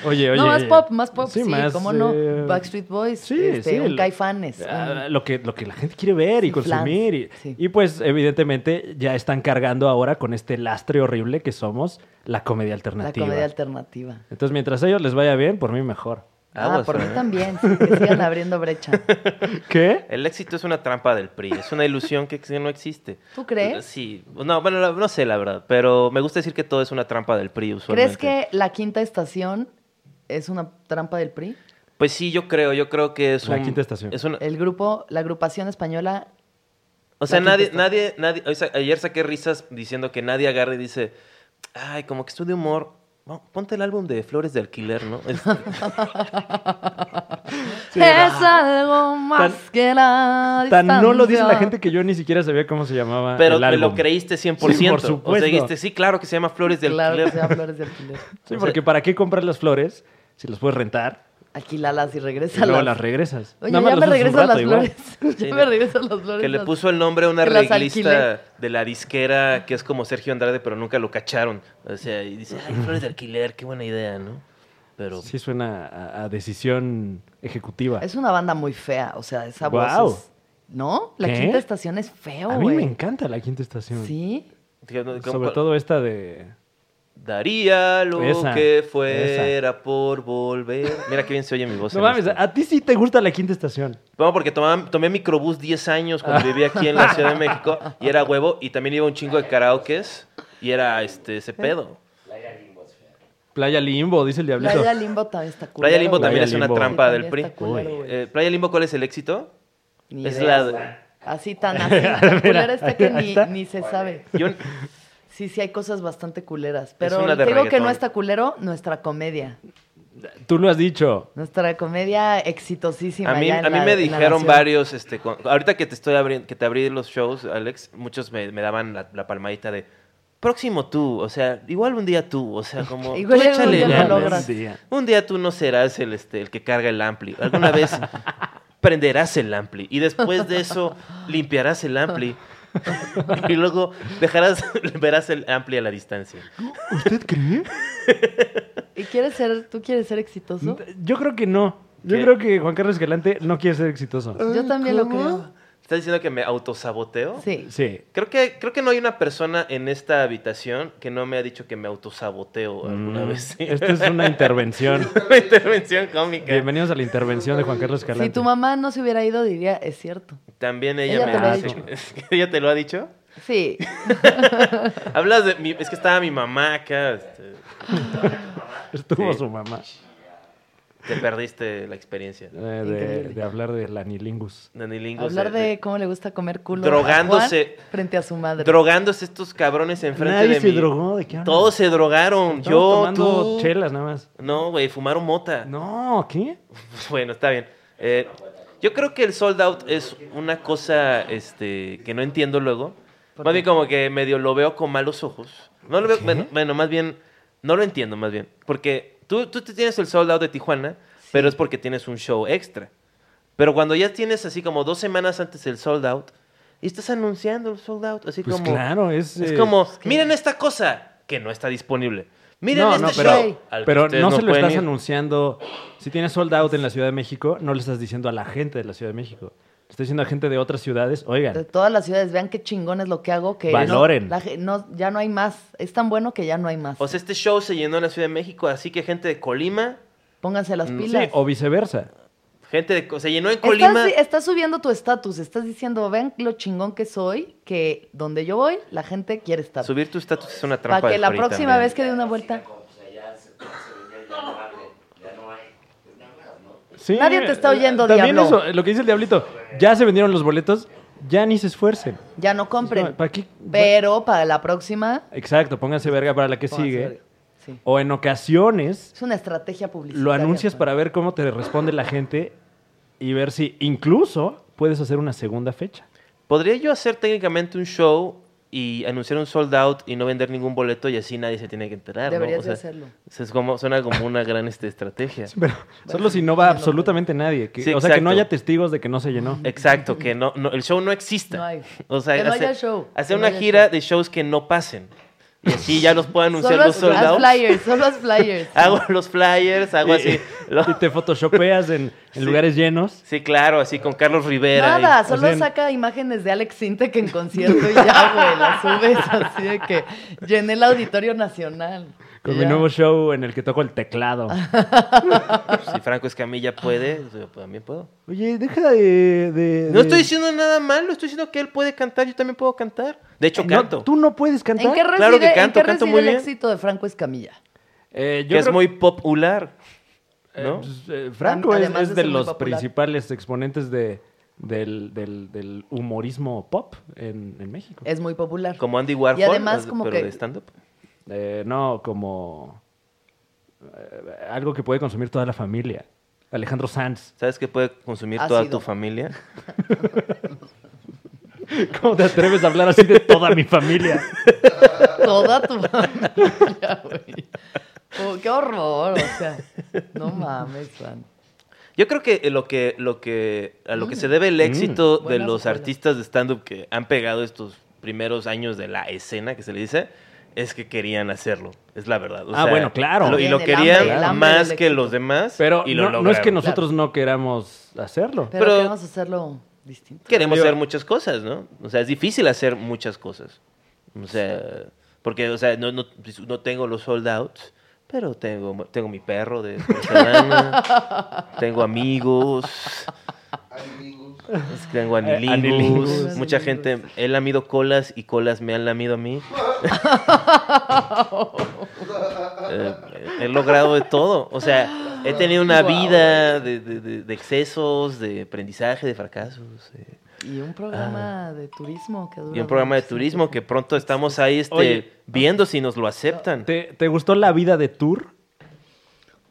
oye, oye.
no, más pop, más pop, sí,
más,
cómo no.
eh,
Backstreet Boys,
sí,
este,
sí,
un
lo-
Caifanes.
ah,
un-
Lo que, lo que la gente quiere ver y
Sí, flans,
consumir. Y,
sí.
y, pues, evidentemente, ya están cargando ahora con este lastre horrible que somos la comedia
la
alternativa.
comedia alternativa.
Entonces, mientras a ellos les vaya bien, por mí mejor.
Ah,
Aguas,
por mí
Fran, ¿eh?
también, sí, que sigan abriendo brecha.
¿Qué?
El éxito es una trampa del PRI, es una ilusión que ex- no existe.
¿Tú crees?
Sí, no, bueno, la- no sé la verdad, pero me gusta decir que todo es una trampa del PRI usualmente.
¿Crees que la quinta estación es una trampa del PRI?
Pues sí, yo creo, yo creo que es
La
un-
quinta estación.
es una-
El grupo, la agrupación española,
o sea,
la
nadie,
quinta
nadie, nadie, o sea, ayer saqué risas diciendo que nadie agarre y dice, ay, como que estoy de humor, Bueno, ponte el álbum de Flores de Alquiler, ¿no? Es-
es algo más
Tan-
que la
Tan no lo dice
distancia.
la gente que yo ni siquiera sabía cómo se llamaba.
pero
el
te lo
álbum.
creíste 100%.
Sí, por
O sea,
supuesto.
dijiste, sí, claro que se llama Flores de
Claro que
Alquiler.
se llama Flores de Alquiler.
Sí,
O sea-
porque ¿para qué comprar las flores si las puedes rentar,
Alquilalas y
y
regresa.
luego las regresas.
Oye,
Nada más
ya
las
me
usas un
regresan
rato
las
igual.
flores.
Sí,
ya
no.
me regresan las flores.
Que le
las-
puso el nombre a una
que las
arreglista
alquilé.
de la disquera que es como Sergio Andrade, pero nunca lo cacharon. O sea, y dice, ay, flores de alquiler, qué buena idea, ¿no? Pero
Sí suena a, a decisión ejecutiva.
Es una banda muy fea, o sea, esa
Guau.
voz es- ¿No? La
¿Qué?
quinta estación es feo,
a
güey.
mí me encanta la quinta estación.
¿Sí?
digo, no, como-
Sobre todo esta de...
daría lo
Esa,
que fuera por volver. Mira qué bien se oye mi voz.
No
en
mames,
ah.
esto.
a ti sí te gusta la quinta estación.
Bueno, porque tomaba- tomé microbús 10 años cuando vivía aquí en la Ciudad de México y era huevo y también iba a un chingo de karaokes y era este
Eh,
ese pedo.
Playa Limbo, dice el diablito.
Playa Limbo también está culero.
Playa Limbo
güey.
también
Playa
es una
Limbo.
trampa
Sí,
del
también
PRI.
está culero, güey.
Eh, Playa Limbo, ¿cuál es el éxito?
Ni
es
idea,
la de-
güey. Así tan así, tan culera está que
ahí
ni,
está.
ni se sabe.
Yo-
Sí, sí, hay cosas bastante culeras. Pero
una de
te digo que no
reggaetón.
está culero nuestra comedia.
Tú lo has dicho.
Nuestra comedia exitosísima.
a mí,
ya en
a mí
la-
me
en la
dijeron
nación.
varios, este, con- ahorita que te estoy abri- que te abrí los shows, Alex, muchos me, me daban la, la palmadita de próximo tú, o sea, igual un día tú, o sea, como
Igual
tú
algún
échale
día lo
ganas.
logras.
Un día tú no serás el, este, el que carga el ampli. Alguna vez prenderás el ampli. Y después de eso limpiarás el ampli. y luego dejarás, verás el ampli a la distancia.
¿Usted cree?
¿Y quieres ser, tú quieres ser exitoso?
Yo creo que no. Yo
¿Qué?
creo que Juan Carlos Escalante no quiere ser exitoso.
Ah,
Yo también lo creo.
¿Estás diciendo que me autosaboteo?
Sí.
Sí.
Creo que, creo que no hay una persona en esta habitación que no me ha dicho que me autosaboteo alguna
Mm,
vez.
Esta es una intervención.
una intervención cómica.
Bienvenidos a la intervención de Juan Carlos Escalante.
Si tu mamá no se hubiera ido, diría, es cierto.
También ella,
Ella
me
te lo ha
dice
dicho.
que- ¿Ella te lo ha dicho?
Sí.
Hablas de... mi- es que estaba mi mamá acá. este,
Estuvo
Sí.
su mamá.
te perdiste la experiencia.
Eh, de,
Increíble.
de hablar de la Nilingus.
Nanilingos
Hablar de cómo le gusta comer culo. a
eh, Drogándose.
Juan frente a su madre.
drogándose estos cabrones enfrente
Nadie
de
se
mí.
drogó, ¿de qué hablas?
Todos se drogaron.
Estamos
Yo,
tomando
tú.
chelas nada más.
No, güey, fumaron mota.
No, ¿qué?
Bueno, está bien. Eh, yo creo que el sold out es una cosa este, que no entiendo luego.
¿Por
Más
qué?
bien como que medio lo veo con malos ojos. No lo veo,
¿Qué?
bueno, bueno, más bien, no lo entiendo más bien. Porque tú, tú te tienes el sold out de Tijuana, pero es porque tienes un show extra. Pero cuando ya tienes así como dos semanas antes el sold out, y estás anunciando el sold out, así
Pues
como...
claro, es...
Es
eh,
como, miren esta cosa que no está disponible. Miren
no,
este
no, pero,
show. al que
pero
ustedes
no, se lo
pueden
estás
ir.
anunciando. Si tienes sold out en la Ciudad de México, no le estás diciendo a la gente de la Ciudad de México. Le estás diciendo a gente de otras ciudades,
De
oigan,
todas las ciudades, vean qué chingón es lo que hago. Que
Valoren.
no- la ge- no, ya no hay más. Es tan bueno que ya no hay más.
O sea, este show se llenó en la Ciudad de México, así que gente de Colima,
Pónganse
mm,
las
sí,
pilas.
o viceversa.
gente de... Co- Se llenó en Colima.
Estás, estás subiendo tu estatus, estás diciendo, vean lo chingón que soy, que donde yo voy, la gente quiere estar.
Subir tu estatus es una trampa.
Para que
del
la
PRI
próxima
también.
vez que dé una vuelta,
Pues allá se, se vendía, ya no hay, ya no hay. Pues nada más, ¿no?
Sí, eh,
Nadie te está oyendo,
También
diablo.
eso, lo que dice el diablito, ya se vendieron los boletos, ya ni se esfuercen.
ya no compren.
¿Para qué?
Pero para la próxima,
Exacto, pónganse verga para la que
pónganse
sigue.
verga. Sí.
O en ocasiones
Es una estrategia publicitaria. pues.
lo anuncias
Juan.
para ver cómo te responde la gente y ver si incluso puedes hacer una segunda fecha.
¿Podría yo hacer técnicamente un show y anunciar un sold out y no vender ningún boleto y así nadie se tiene que enterar? ¿no? O
Deberías
sea,
de hacerlo.
es como, suena como una gran este, estrategia.
Pero solo si no va absolutamente nadie. que-
Sí,
o sea, que no
exacto.
haya testigos de que no se llenó.
Exacto, que no, no- el show no exista.
No hay.
O sea,
Que no
hacer,
haya show.
hacer
Que
una
no haya
gira
show.
de shows que no pasen. Y así ya los puedo anunciar
Solo
los
haz, haz
soldados.
flyers, solo haz flyers.
Hago los flyers, hago así.
Y,
lo-
y te photoshopeas en, en lugares llenos.
Sí, claro, así con Carlos Rivera. y-
Nada, solo
o sea, en-
saca imágenes de Alex Sintek en concierto y ya, güey, las subes así de que llené el Auditorio Nacional.
Con
Y
mi
ya.
nuevo show en el que toco el teclado.
Si Franco Escamilla puede, yo también puedo.
Oye, deja de. de-
No
de-
estoy diciendo nada malo, estoy diciendo que él puede cantar, yo también puedo cantar. De hecho,
No,
canto.
Tú no puedes cantar.
¿En qué reside,
Claro que
en
canto,
qué
canto
reside
muy
el
bien.
éxito de Franco Escamilla?
Eh, yo
que es
creo-
muy popular. ¿no?
eh, pues, eh, Franco
Am-
es,
además
es
de
de
ser muy
los
popular.
principales exponentes de, del, del- del humorismo pop en, en México.
Es muy popular.
Como Andy Warhol,
Y además
más-
como
pero
que-
de stand-up.
Eh, no, como. eh, algo que puede consumir toda la familia. Alejandro Sanz.
¿Sabes qué puede consumir toda
Ácido.
tu familia?
¿Cómo te atreves a hablar así de toda mi familia?
Toda tu familia, güey. Oh, qué horror, o sea. No mames, Fran.
Yo creo que eh, lo que, lo que a lo que se debe el éxito de
Mm.
Mm. Buena
los
secuela.
artistas de stand-up que han pegado estos primeros años de la escena que se le dice es que querían hacerlo. Es la verdad. O
Ah,
sea,
bueno, claro.
lo- y
Bien,
lo
el
querían
hambre, el hambre
más
del
que
éxito.
los demás.
Pero
y lo
no, no es que
lograron.
nosotros no queramos hacerlo.
Pero,
Pero-
queremos hacerlo distinto.
Queremos
Digo-
hacer muchas cosas, ¿no? O sea, es difícil hacer muchas cosas. O sea, porque, o sea, no, no, pues, no tengo los sold outs, pero tengo, tengo mi perro de porcelana, tengo amigos,
Amigos.
tengo anilingus,
anilingus.
mucha gente, he lamido colas y colas me han lamido a mí. Eh, he logrado de todo, o sea, he tenido una
Guau.
vida de, de- de- de excesos, de aprendizaje, de fracasos. eh.
Y un programa de turismo que dura.
Ah. Y un programa de
muchísimo
turismo que
tiempo.
pronto estamos ahí este,
Oye.
viendo si nos lo aceptan.
¿Te, te gustó la vida de tour?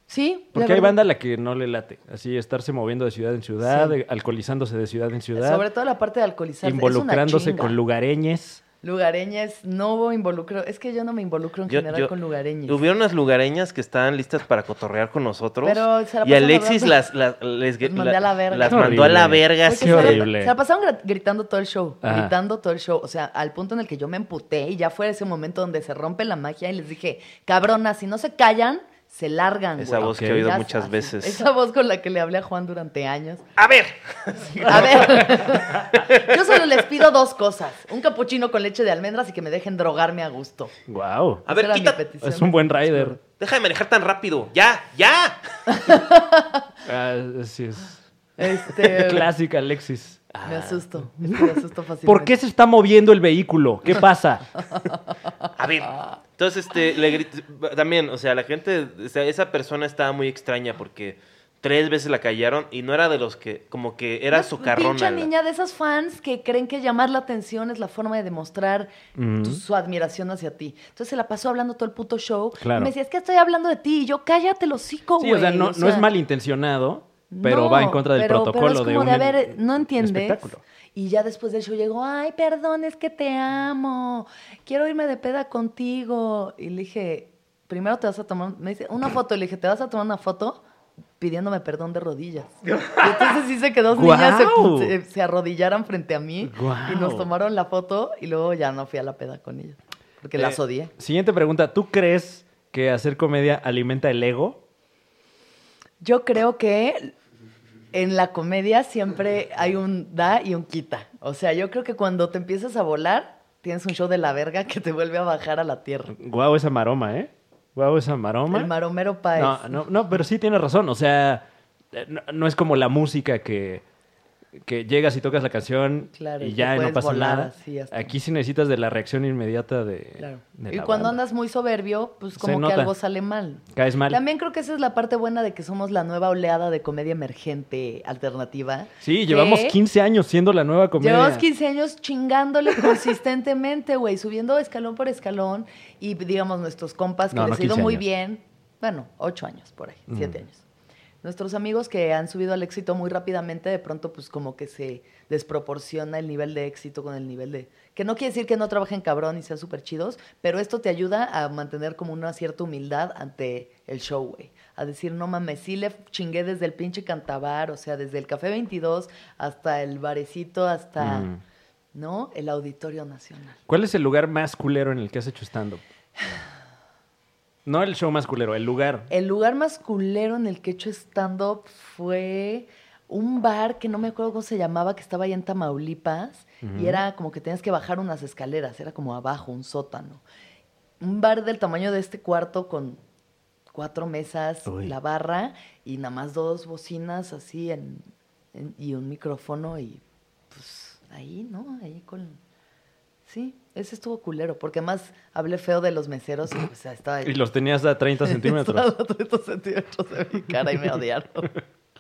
Sí. de
Porque hay
verdad.
banda a la que no le late. Así estarse moviendo de ciudad en ciudad,
Sí.
eh, alcoholizándose de ciudad en ciudad,
Sobre todo la parte de alcoholizarse.
involucrándose
es una
con
lugareñas.
lugareñes.
Lugareñas, no involucro. Es que yo no me involucro en
Yo-
general
yo-
con lugareñas.
Hubieron unas lugareñas que estaban listas para cotorrear con nosotros.
Pero se
y
la pasan
Alexis
hablando.
las, las- les-
Los mandé
la-
a la verga.
las
Qué
mandó a la
horrible.
verga.
Porque
así.
qué
se la-
horrible.
Se la pasaron gri- gritando todo el show,
Ajá.
gritando todo el show. O sea, al punto en el que yo me emputé y ya fue ese momento donde se rompe la magia y les dije, cabronas, si no se callan, se largan.
Esa
güey".
voz que
Ok.
he oído
Ya
muchas
así.
veces.
Esa voz con la que le hablé a Juan durante años.
A ver,
A ver, yo solo les pido dos cosas. Un capuchino con leche de almendras y que me dejen drogarme a gusto.
Wow.
a ver,
Esa era mi
quita.
petición.
Es un buen rider.
Deja de manejar tan rápido. Ya, ya.
Ah, así es. Eh,
Este,
Clásica, Alexis.
Me asusto, es que me asusto fácilmente.
¿Por qué se está moviendo el vehículo? ¿Qué pasa?
A ver. Entonces, este, le grit- también, o sea, la gente, o sea, esa persona estaba muy extraña porque tres veces la callaron y no era de los que, como que era
Una
socarrona.
Pinche
la-
niña de esas fans que creen que llamar la atención es la forma de demostrar
Mm.
tu- su admiración hacia ti. Entonces se la pasó hablando todo el puto show.
Claro.
Y me decía, es que estoy hablando de ti. Y yo, cállate el hocico,
Sí,
güey.
o sea, no, no es malintencionado, pero
no,
va en contra del
pero-
protocolo
pero es
de
como
un
de, a ver, no entiendes.
espectáculo.
Y ya después del show llegó, ay, perdón, es que te amo. Quiero irme de peda contigo. Y le dije, primero te vas a tomar, me dice, una foto. Le dije, te vas a tomar una foto pidiéndome perdón de rodillas. Y entonces hice que dos niñas se,
¡Guau!
se- se arrodillaran frente a mí
¡Guau!
y nos tomaron la foto y luego ya no fui a la peda con ellas. Porque las
Eh,
odié.
Siguiente pregunta. ¿Tú crees que hacer comedia alimenta el ego?
Yo creo que en la comedia siempre hay un da y un quita. O sea, yo creo que cuando te empiezas a volar, tienes un show de la verga que te vuelve a bajar a la tierra.
Guau, esa maroma, ¿eh? Guau, esa maroma.
El maromero país.
No, no, no, pero sí tienes razón. O sea, eh, no, no es como la música que, que llegas y tocas la canción
Claro, y
y
te
ya y no
puedes
pasa
volar
nada.
así hasta-
Aquí sí necesitas de la reacción inmediata de.
Claro.
eh, de
Y
la
cuando
banda.
andas muy soberbio, pues
Se
como que
nota.
algo sale mal.
Caes mal.
También creo que esa es la parte buena de que somos la nueva oleada de comedia emergente alternativa.
Sí, llevamos
Que
15 años siendo la nueva comedia.
Llevamos 15 años chingándole consistentemente, güey, subiendo escalón por escalón y digamos nuestros compas que
No, no
les ha ido
15
muy
años.
bien, bueno, 8 años por ahí, 7 años. Nuestros amigos que han subido al éxito muy rápidamente, de pronto pues como que se desproporciona el nivel de éxito con el nivel de... Que no quiere decir que no trabajen cabrón y sean súper chidos, pero esto te ayuda a mantener como una cierta humildad ante el show, güey. A decir, no mames, sí le chingué desde el pinche cantabar, o sea, desde el Café 22 hasta el barecito, hasta...
Mm.
¿no? El Auditorio Nacional.
¿Cuál es el lugar más culero en el que has hecho stand-up? No el show más culero, el lugar.
El lugar más culero en el que he hecho stand-up fue un bar que no me acuerdo cómo se llamaba, que estaba allá en Tamaulipas, y era como que tenías que bajar unas escaleras, era como abajo, un sótano. Un bar del tamaño de este cuarto con cuatro mesas,
Uy.
la barra y nada más dos bocinas así en- en- y un micrófono y pues ahí, ¿no? Ahí con... Sí, ese estuvo culero, porque además hablé feo de los meseros y pues estaba...
Y los tenías a 30 centímetros.
Estaba a 30 centímetros de mi cara y me odiaron.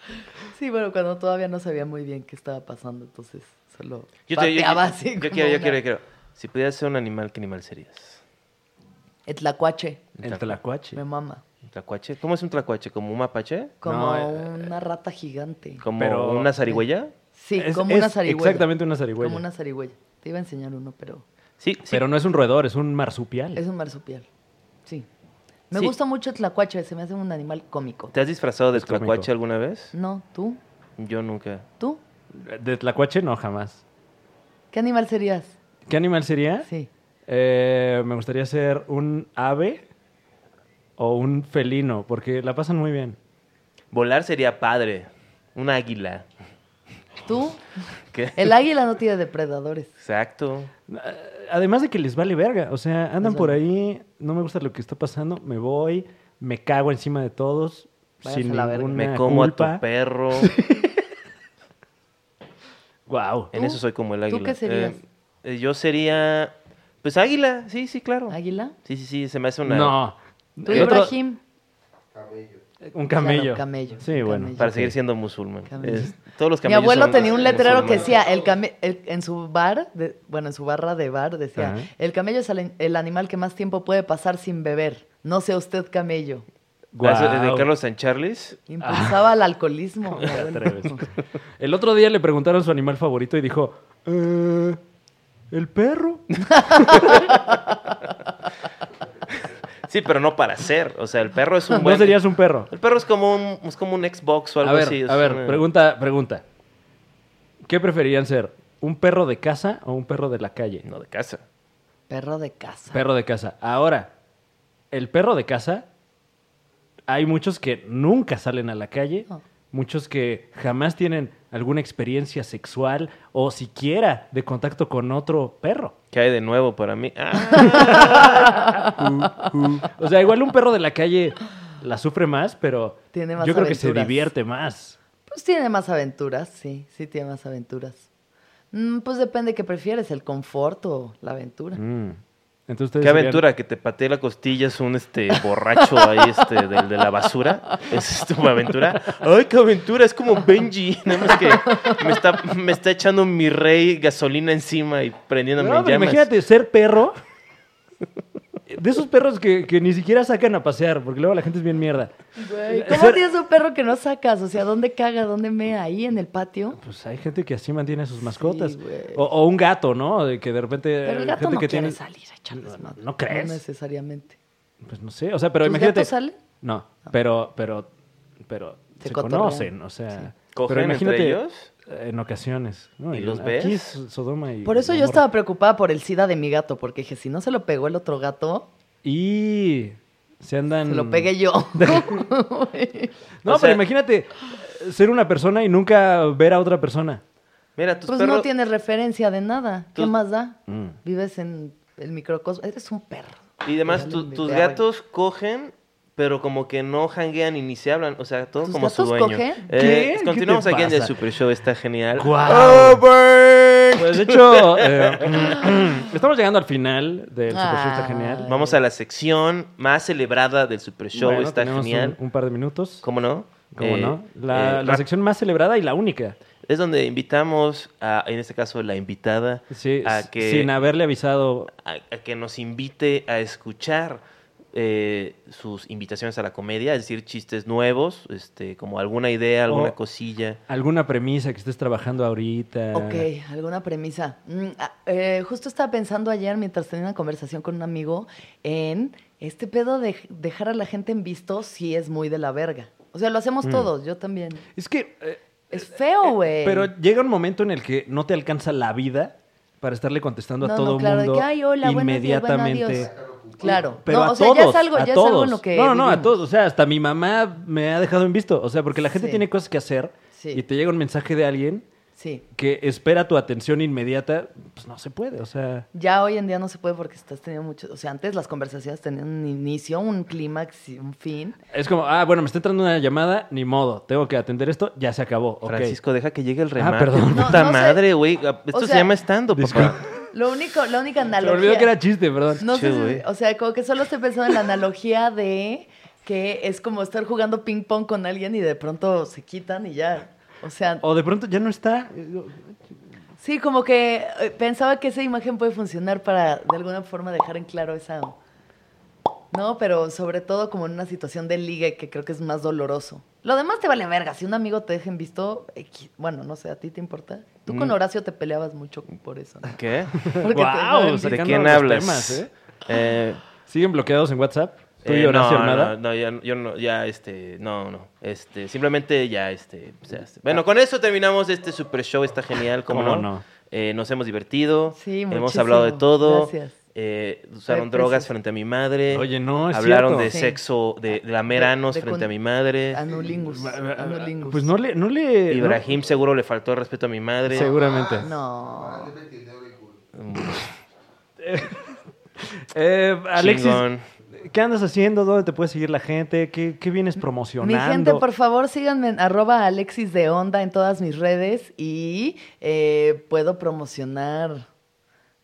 Sí, bueno, cuando todavía no sabía muy bien qué estaba pasando, entonces solo
Yo, te- yo-
pateaba
yo-
así.
yo
como
quiero, yo
una-
quiero, yo quiero. Si pudieras ser un animal, ¿qué animal serías?
El tlacuache,
El tlacuache.
me mama.
¿Un tlacuache? ¿Cómo es un tlacuache? ¿Como un mapache?
Como
eh,
una rata gigante.
¿Como
Pero-
una zarigüeya?
Sí,
Es-
como
es
una zarigüeya.
Exactamente una zarigüeya.
Como una zarigüeya. Te iba a enseñar uno, pero
Sí, sí.
Pero no es un roedor, es un marsupial.
es un marsupial. Sí. Me
Sí.
gusta mucho Tlacuache, se me hace un animal cómico.
¿Te has disfrazado de
Es cómico.
Tlacuache alguna vez?
No, ¿tú?
Yo nunca.
¿Tú?
De Tlacuache, no, jamás.
¿Qué animal serías?
¿Qué animal sería?
Sí.
Eh, me gustaría ser un ave o un felino, porque la pasan muy bien.
Volar sería padre. Un águila.
¿Tú?
¿Qué?
El águila no tiene depredadores.
Exacto.
Además de que les vale verga, o sea, andan
Es
por ahí, no me gusta lo que está pasando, me voy, me cago encima de todos,
Váyanse
sin
a la verga.
ninguna
Me como a
culpa.
tu perro.
Wow.
En eso soy como el
¿Tú
águila.
qué serías?
Eh, eh, yo sería. Pues águila, sí, sí, claro.
¿Águila?
Sí, sí, sí, se me hace una.
No.
¿Tú,
El otro-
Ibrahim?
Camello.
un camello.
Claro, camello,
Sí,
un
bueno.
camello.
Para seguir siendo musulmán.
Camello.
Es- todos los
Mi
camellos
abuelo
son
tenía un letrero que
musulmanes.
decía, el came- el- en su bar, de- bueno, en su barra de bar decía,
Ajá.
el camello es el, el animal que más tiempo puede pasar sin beber. No sea usted camello.
Ah, ¿eso es de
Guau.
Carlos San Charles.
Ah.
Impulsaba al alcoholismo. mi
Te
abuelo.
atreves. El otro día le preguntaron su animal favorito y dijo, "Eh, el perro.
Sí, pero no para ser. O sea, el perro es un
No
buen.
serías un perro.
El perro es como un, es como un Xbox o algo
A ver,
así. es
a ver,
una-
pregunta, pregunta. ¿Qué preferían ser? ¿Un perro de casa o un perro de la calle?
No de casa.
Perro de casa.
Perro de casa. Ahora, el perro de casa, hay muchos que nunca salen a la calle,
No.
muchos que jamás tienen alguna experiencia sexual o siquiera de contacto con otro perro.
¿Qué hay de nuevo para mí? Ah,
O sea, igual un perro de la calle la sufre más, pero
Tiene más
yo creo que se
aventuras.
divierte más.
Pues tiene más aventuras, sí, sí tiene más aventuras. Mm, pues depende qué prefieres, el confort o la aventura.
Mm. Entonces, ustedes
qué
serían-
aventura que te patee la costilla es un este borracho ahí este del de la basura. Esa es tu aventura. Ay, qué aventura, es como Benji. Nada más que me está, me está echando mi rey gasolina encima y
No,
prendiéndome en
pero
llamas.
imagínate ser perro. De esos perros que, que ni siquiera sacan a pasear, porque luego la gente es bien mierda.
Güey, ¿Cómo
Eh, Ser-
tienes un perro que no sacas? O sea, ¿dónde caga? ¿Dónde mea? ¿Ahí en el patio?
Pues hay gente que así mantiene a sus mascotas.
güey.
o, o un gato, ¿no? De que de repente.
Pero el
hay
gato
gente
no
que
quiere
tiene-
salir a echar desmadre.
no crees.
No necesariamente.
Pues no sé. O sea, pero
¿Tus
imagínate.
gatos salen? Ah.
No, pero, pero, pero se,
Se
conocen,
cotorrean.
o sea.
¿Cogen
pero imagínate,
entre ellos?
eh, En ocasiones. ¿no?
¿Y los
aquí
ves?
es Sodoma y.
Por eso yo
Gomorra.
estaba preocupada por el SIDA de mi gato, porque dije, si no se lo pegó el otro gato,
Y. Se andan.
Mm.
se lo pegué yo.
No,
O sea-
pero imagínate eh, ser una persona y nunca ver a otra persona.
Mira, tus
pues
perros.
no tienes referencia de nada. ¿Qué
Tus-
más da?
Mm.
Vives en el microcosmos. Eres un perro.
Y además,
Dale,
tu-
me
tus
pega, güey.
gatos cogen, pero como que no janguean y ni se hablan. O sea, todo
¿Tus
como su
gatos
dueño.
cogen?
Eh,
¿Qué? ¿Qué
continuamos
te
aquí en el
pasa?
Super Show, está genial.
¡Guau!
¡Oh, güey!
Pues de hecho, eh, estamos llegando al final del Super Show Está
Ay.
Genial.
Vamos a la sección más celebrada del Super Show,
Bueno,
está
tenemos
genial.
Un, un par de minutos. ¿Cómo,
¿Cómo no? Eh,
no? La,
eh,
la
rap-
sección más celebrada y la única.
Es donde invitamos, a, en este caso, la invitada
Sí,
a,
s-
que,
Sin haberle avisado.
a, a que nos invite a escuchar eh, sus invitaciones a la comedia, es decir, chistes nuevos, este, como alguna idea, alguna
O-
cosilla.
¿Alguna premisa que estés trabajando ahorita?
Ok, alguna premisa. Mm, ah, eh, justo estaba pensando ayer mientras tenía una conversación con un amigo en este pedo de dejar a la gente en visto si es muy de la verga. O sea, lo hacemos
Mm.
todos, yo también.
Es que. eh,
Es feo,
Eh,
güey.
pero llega un momento en el que no te alcanza la vida para estarle contestando
No,
a
no,
todo
claro, de
mundo
que, "Ay, hola, buenos días, bueno,
inmediatamente.
adiós". Claro.
Pero
no,
a
o sea,
todos,
ya es algo,
a
ya es algo
todos.
en lo que
No, no, a
vivimos.
todos. O sea, hasta mi mamá me ha dejado en visto. O sea, porque la gente
Sí.
tiene cosas que hacer
Sí.
y te llega un mensaje de alguien
Sí.
que espera tu atención inmediata. Pues no se puede, o sea...
Ya hoy en día no se puede porque estás teniendo mucho. O sea, antes las conversaciones tenían un inicio, un clímax y un fin.
Es como, ah, bueno, me está entrando una llamada, ni modo, tengo que atender esto, ya se acabó. ok.
Francisco, deja que llegue el remate.
perdón.
No,
Ah, Puta
no sé.
madre, güey. Ah, Esto
O
se
sea-
llama estando, papá.
Lo único, la única
Se me
analogía.
olvidó que era chiste, perdón.
No
Che,
sé, si-
güey.
o sea, como que solo estoy pensando en la analogía de que es como estar jugando ping pong con alguien y de pronto se quitan y ya. O sea,
O de pronto ya no está.
sí, como que eh, pensaba que esa imagen puede funcionar para de alguna forma dejar en claro esa... No, pero sobre todo como en una situación de ligue que creo que es más doloroso. Lo demás te vale verga. Si un amigo te deja en visto, equi- bueno, no sé, ¿a ti te importa? Tú con Horacio te peleabas mucho por eso. ¿no?
¿Qué?
Porque te
Mm. Guau,
dejaban
o sea,
¿De
Sacando
quién
los
hablas?
temas, ¿eh?
Eh,
¿Siguen bloqueados en WhatsApp? ¿Tú y Horacio
no,
Armada?
No, no, ya, yo no, ya, este, no, no, este, simplemente ya, este, o sea, este- bueno, con eso terminamos este super show, está genial, ¿cómo,
¿Cómo
no?
no?
Eh, nos hemos divertido,
Sí,
hemos
muchísimo.
hablado de todo,
Gracias.
eh, usaron
Fue
drogas
precioso.
frente a mi madre,
Oye, no, es
hablaron
cierto.
de
Sí.
sexo, de, de lamer
De-
anos
de
frente
con-
a mi madre,
Anulingus. Anulingus.
Pues no le... No le
Ibrahim seguro le faltó el respeto a mi
¿no?
madre.
Seguramente.
Ah, No.
Eh, Alexis,
Chingón.
¿qué andas haciendo? ¿Dónde te puede seguir la gente? ¿Qué, qué vienes
Mi
promocionando?
gente, por favor, síganme en arroba Alexis de Onda en todas mis redes y eh, puedo promocionar.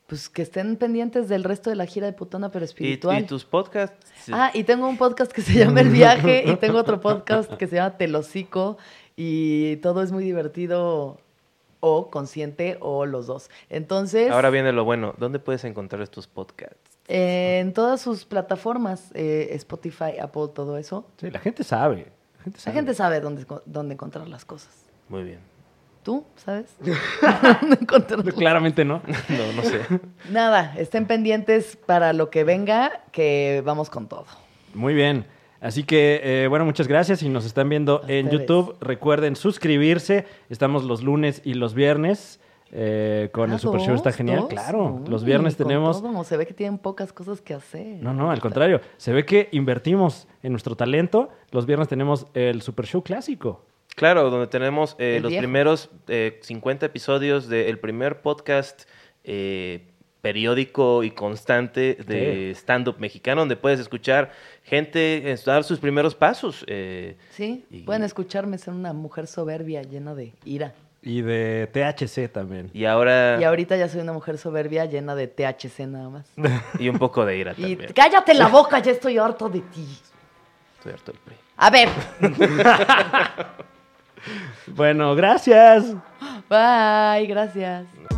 Pues que estén pendientes del resto de la gira de Putona
¿Y,
pero espiritual.
y tus podcasts?
Ah, y tengo un podcast que se llama El Viaje y tengo otro podcast que se llama Telocico y todo es muy divertido o consciente o los dos. Entonces,
Ahora viene lo bueno, ¿dónde puedes encontrar tus podcasts?
eh, en todas sus plataformas, eh, Spotify, Apple, todo eso,
Sí, la gente sabe. La gente
la
sabe.
gente sabe dónde, esco- dónde encontrar las cosas.
Muy bien.
¿Tú sabes? ¿Dónde encontrar las
Claramente no.
No, no sé.
Nada, estén pendientes para lo que venga, que vamos con todo.
Muy bien. Así que, eh, bueno, muchas gracias. Si nos están viendo
A
en
ustedes.
YouTube, recuerden suscribirse. Estamos los lunes y los viernes eh, con el
Ah,
Super Show. Está
dos,
genial,
dos,
claro. Los
uy,
viernes
con
tenemos...
todo, se ve que tienen pocas cosas que hacer.
No, no, al contrario. Se ve que invertimos en nuestro talento. Los viernes tenemos el Super Show clásico.
Claro, donde tenemos eh,
El
los
viejo.
primeros eh, 50 episodios del primer podcast eh, periódico y constante de stand-up mexicano, donde puedes escuchar gente eh, dar sus primeros pasos. eh,
Sí,
Y-
pueden escucharme ser una mujer soberbia llena de ira.
Y de THC también.
y
Ah.
ahora.
Y ahorita ya soy una mujer soberbia llena de THC nada más.
y un poco de ira
Y
también.
cállate la boca, ya estoy harto de ti.
Estoy harto del PRI.
A ver,
Bueno, gracias.
bye, gracias.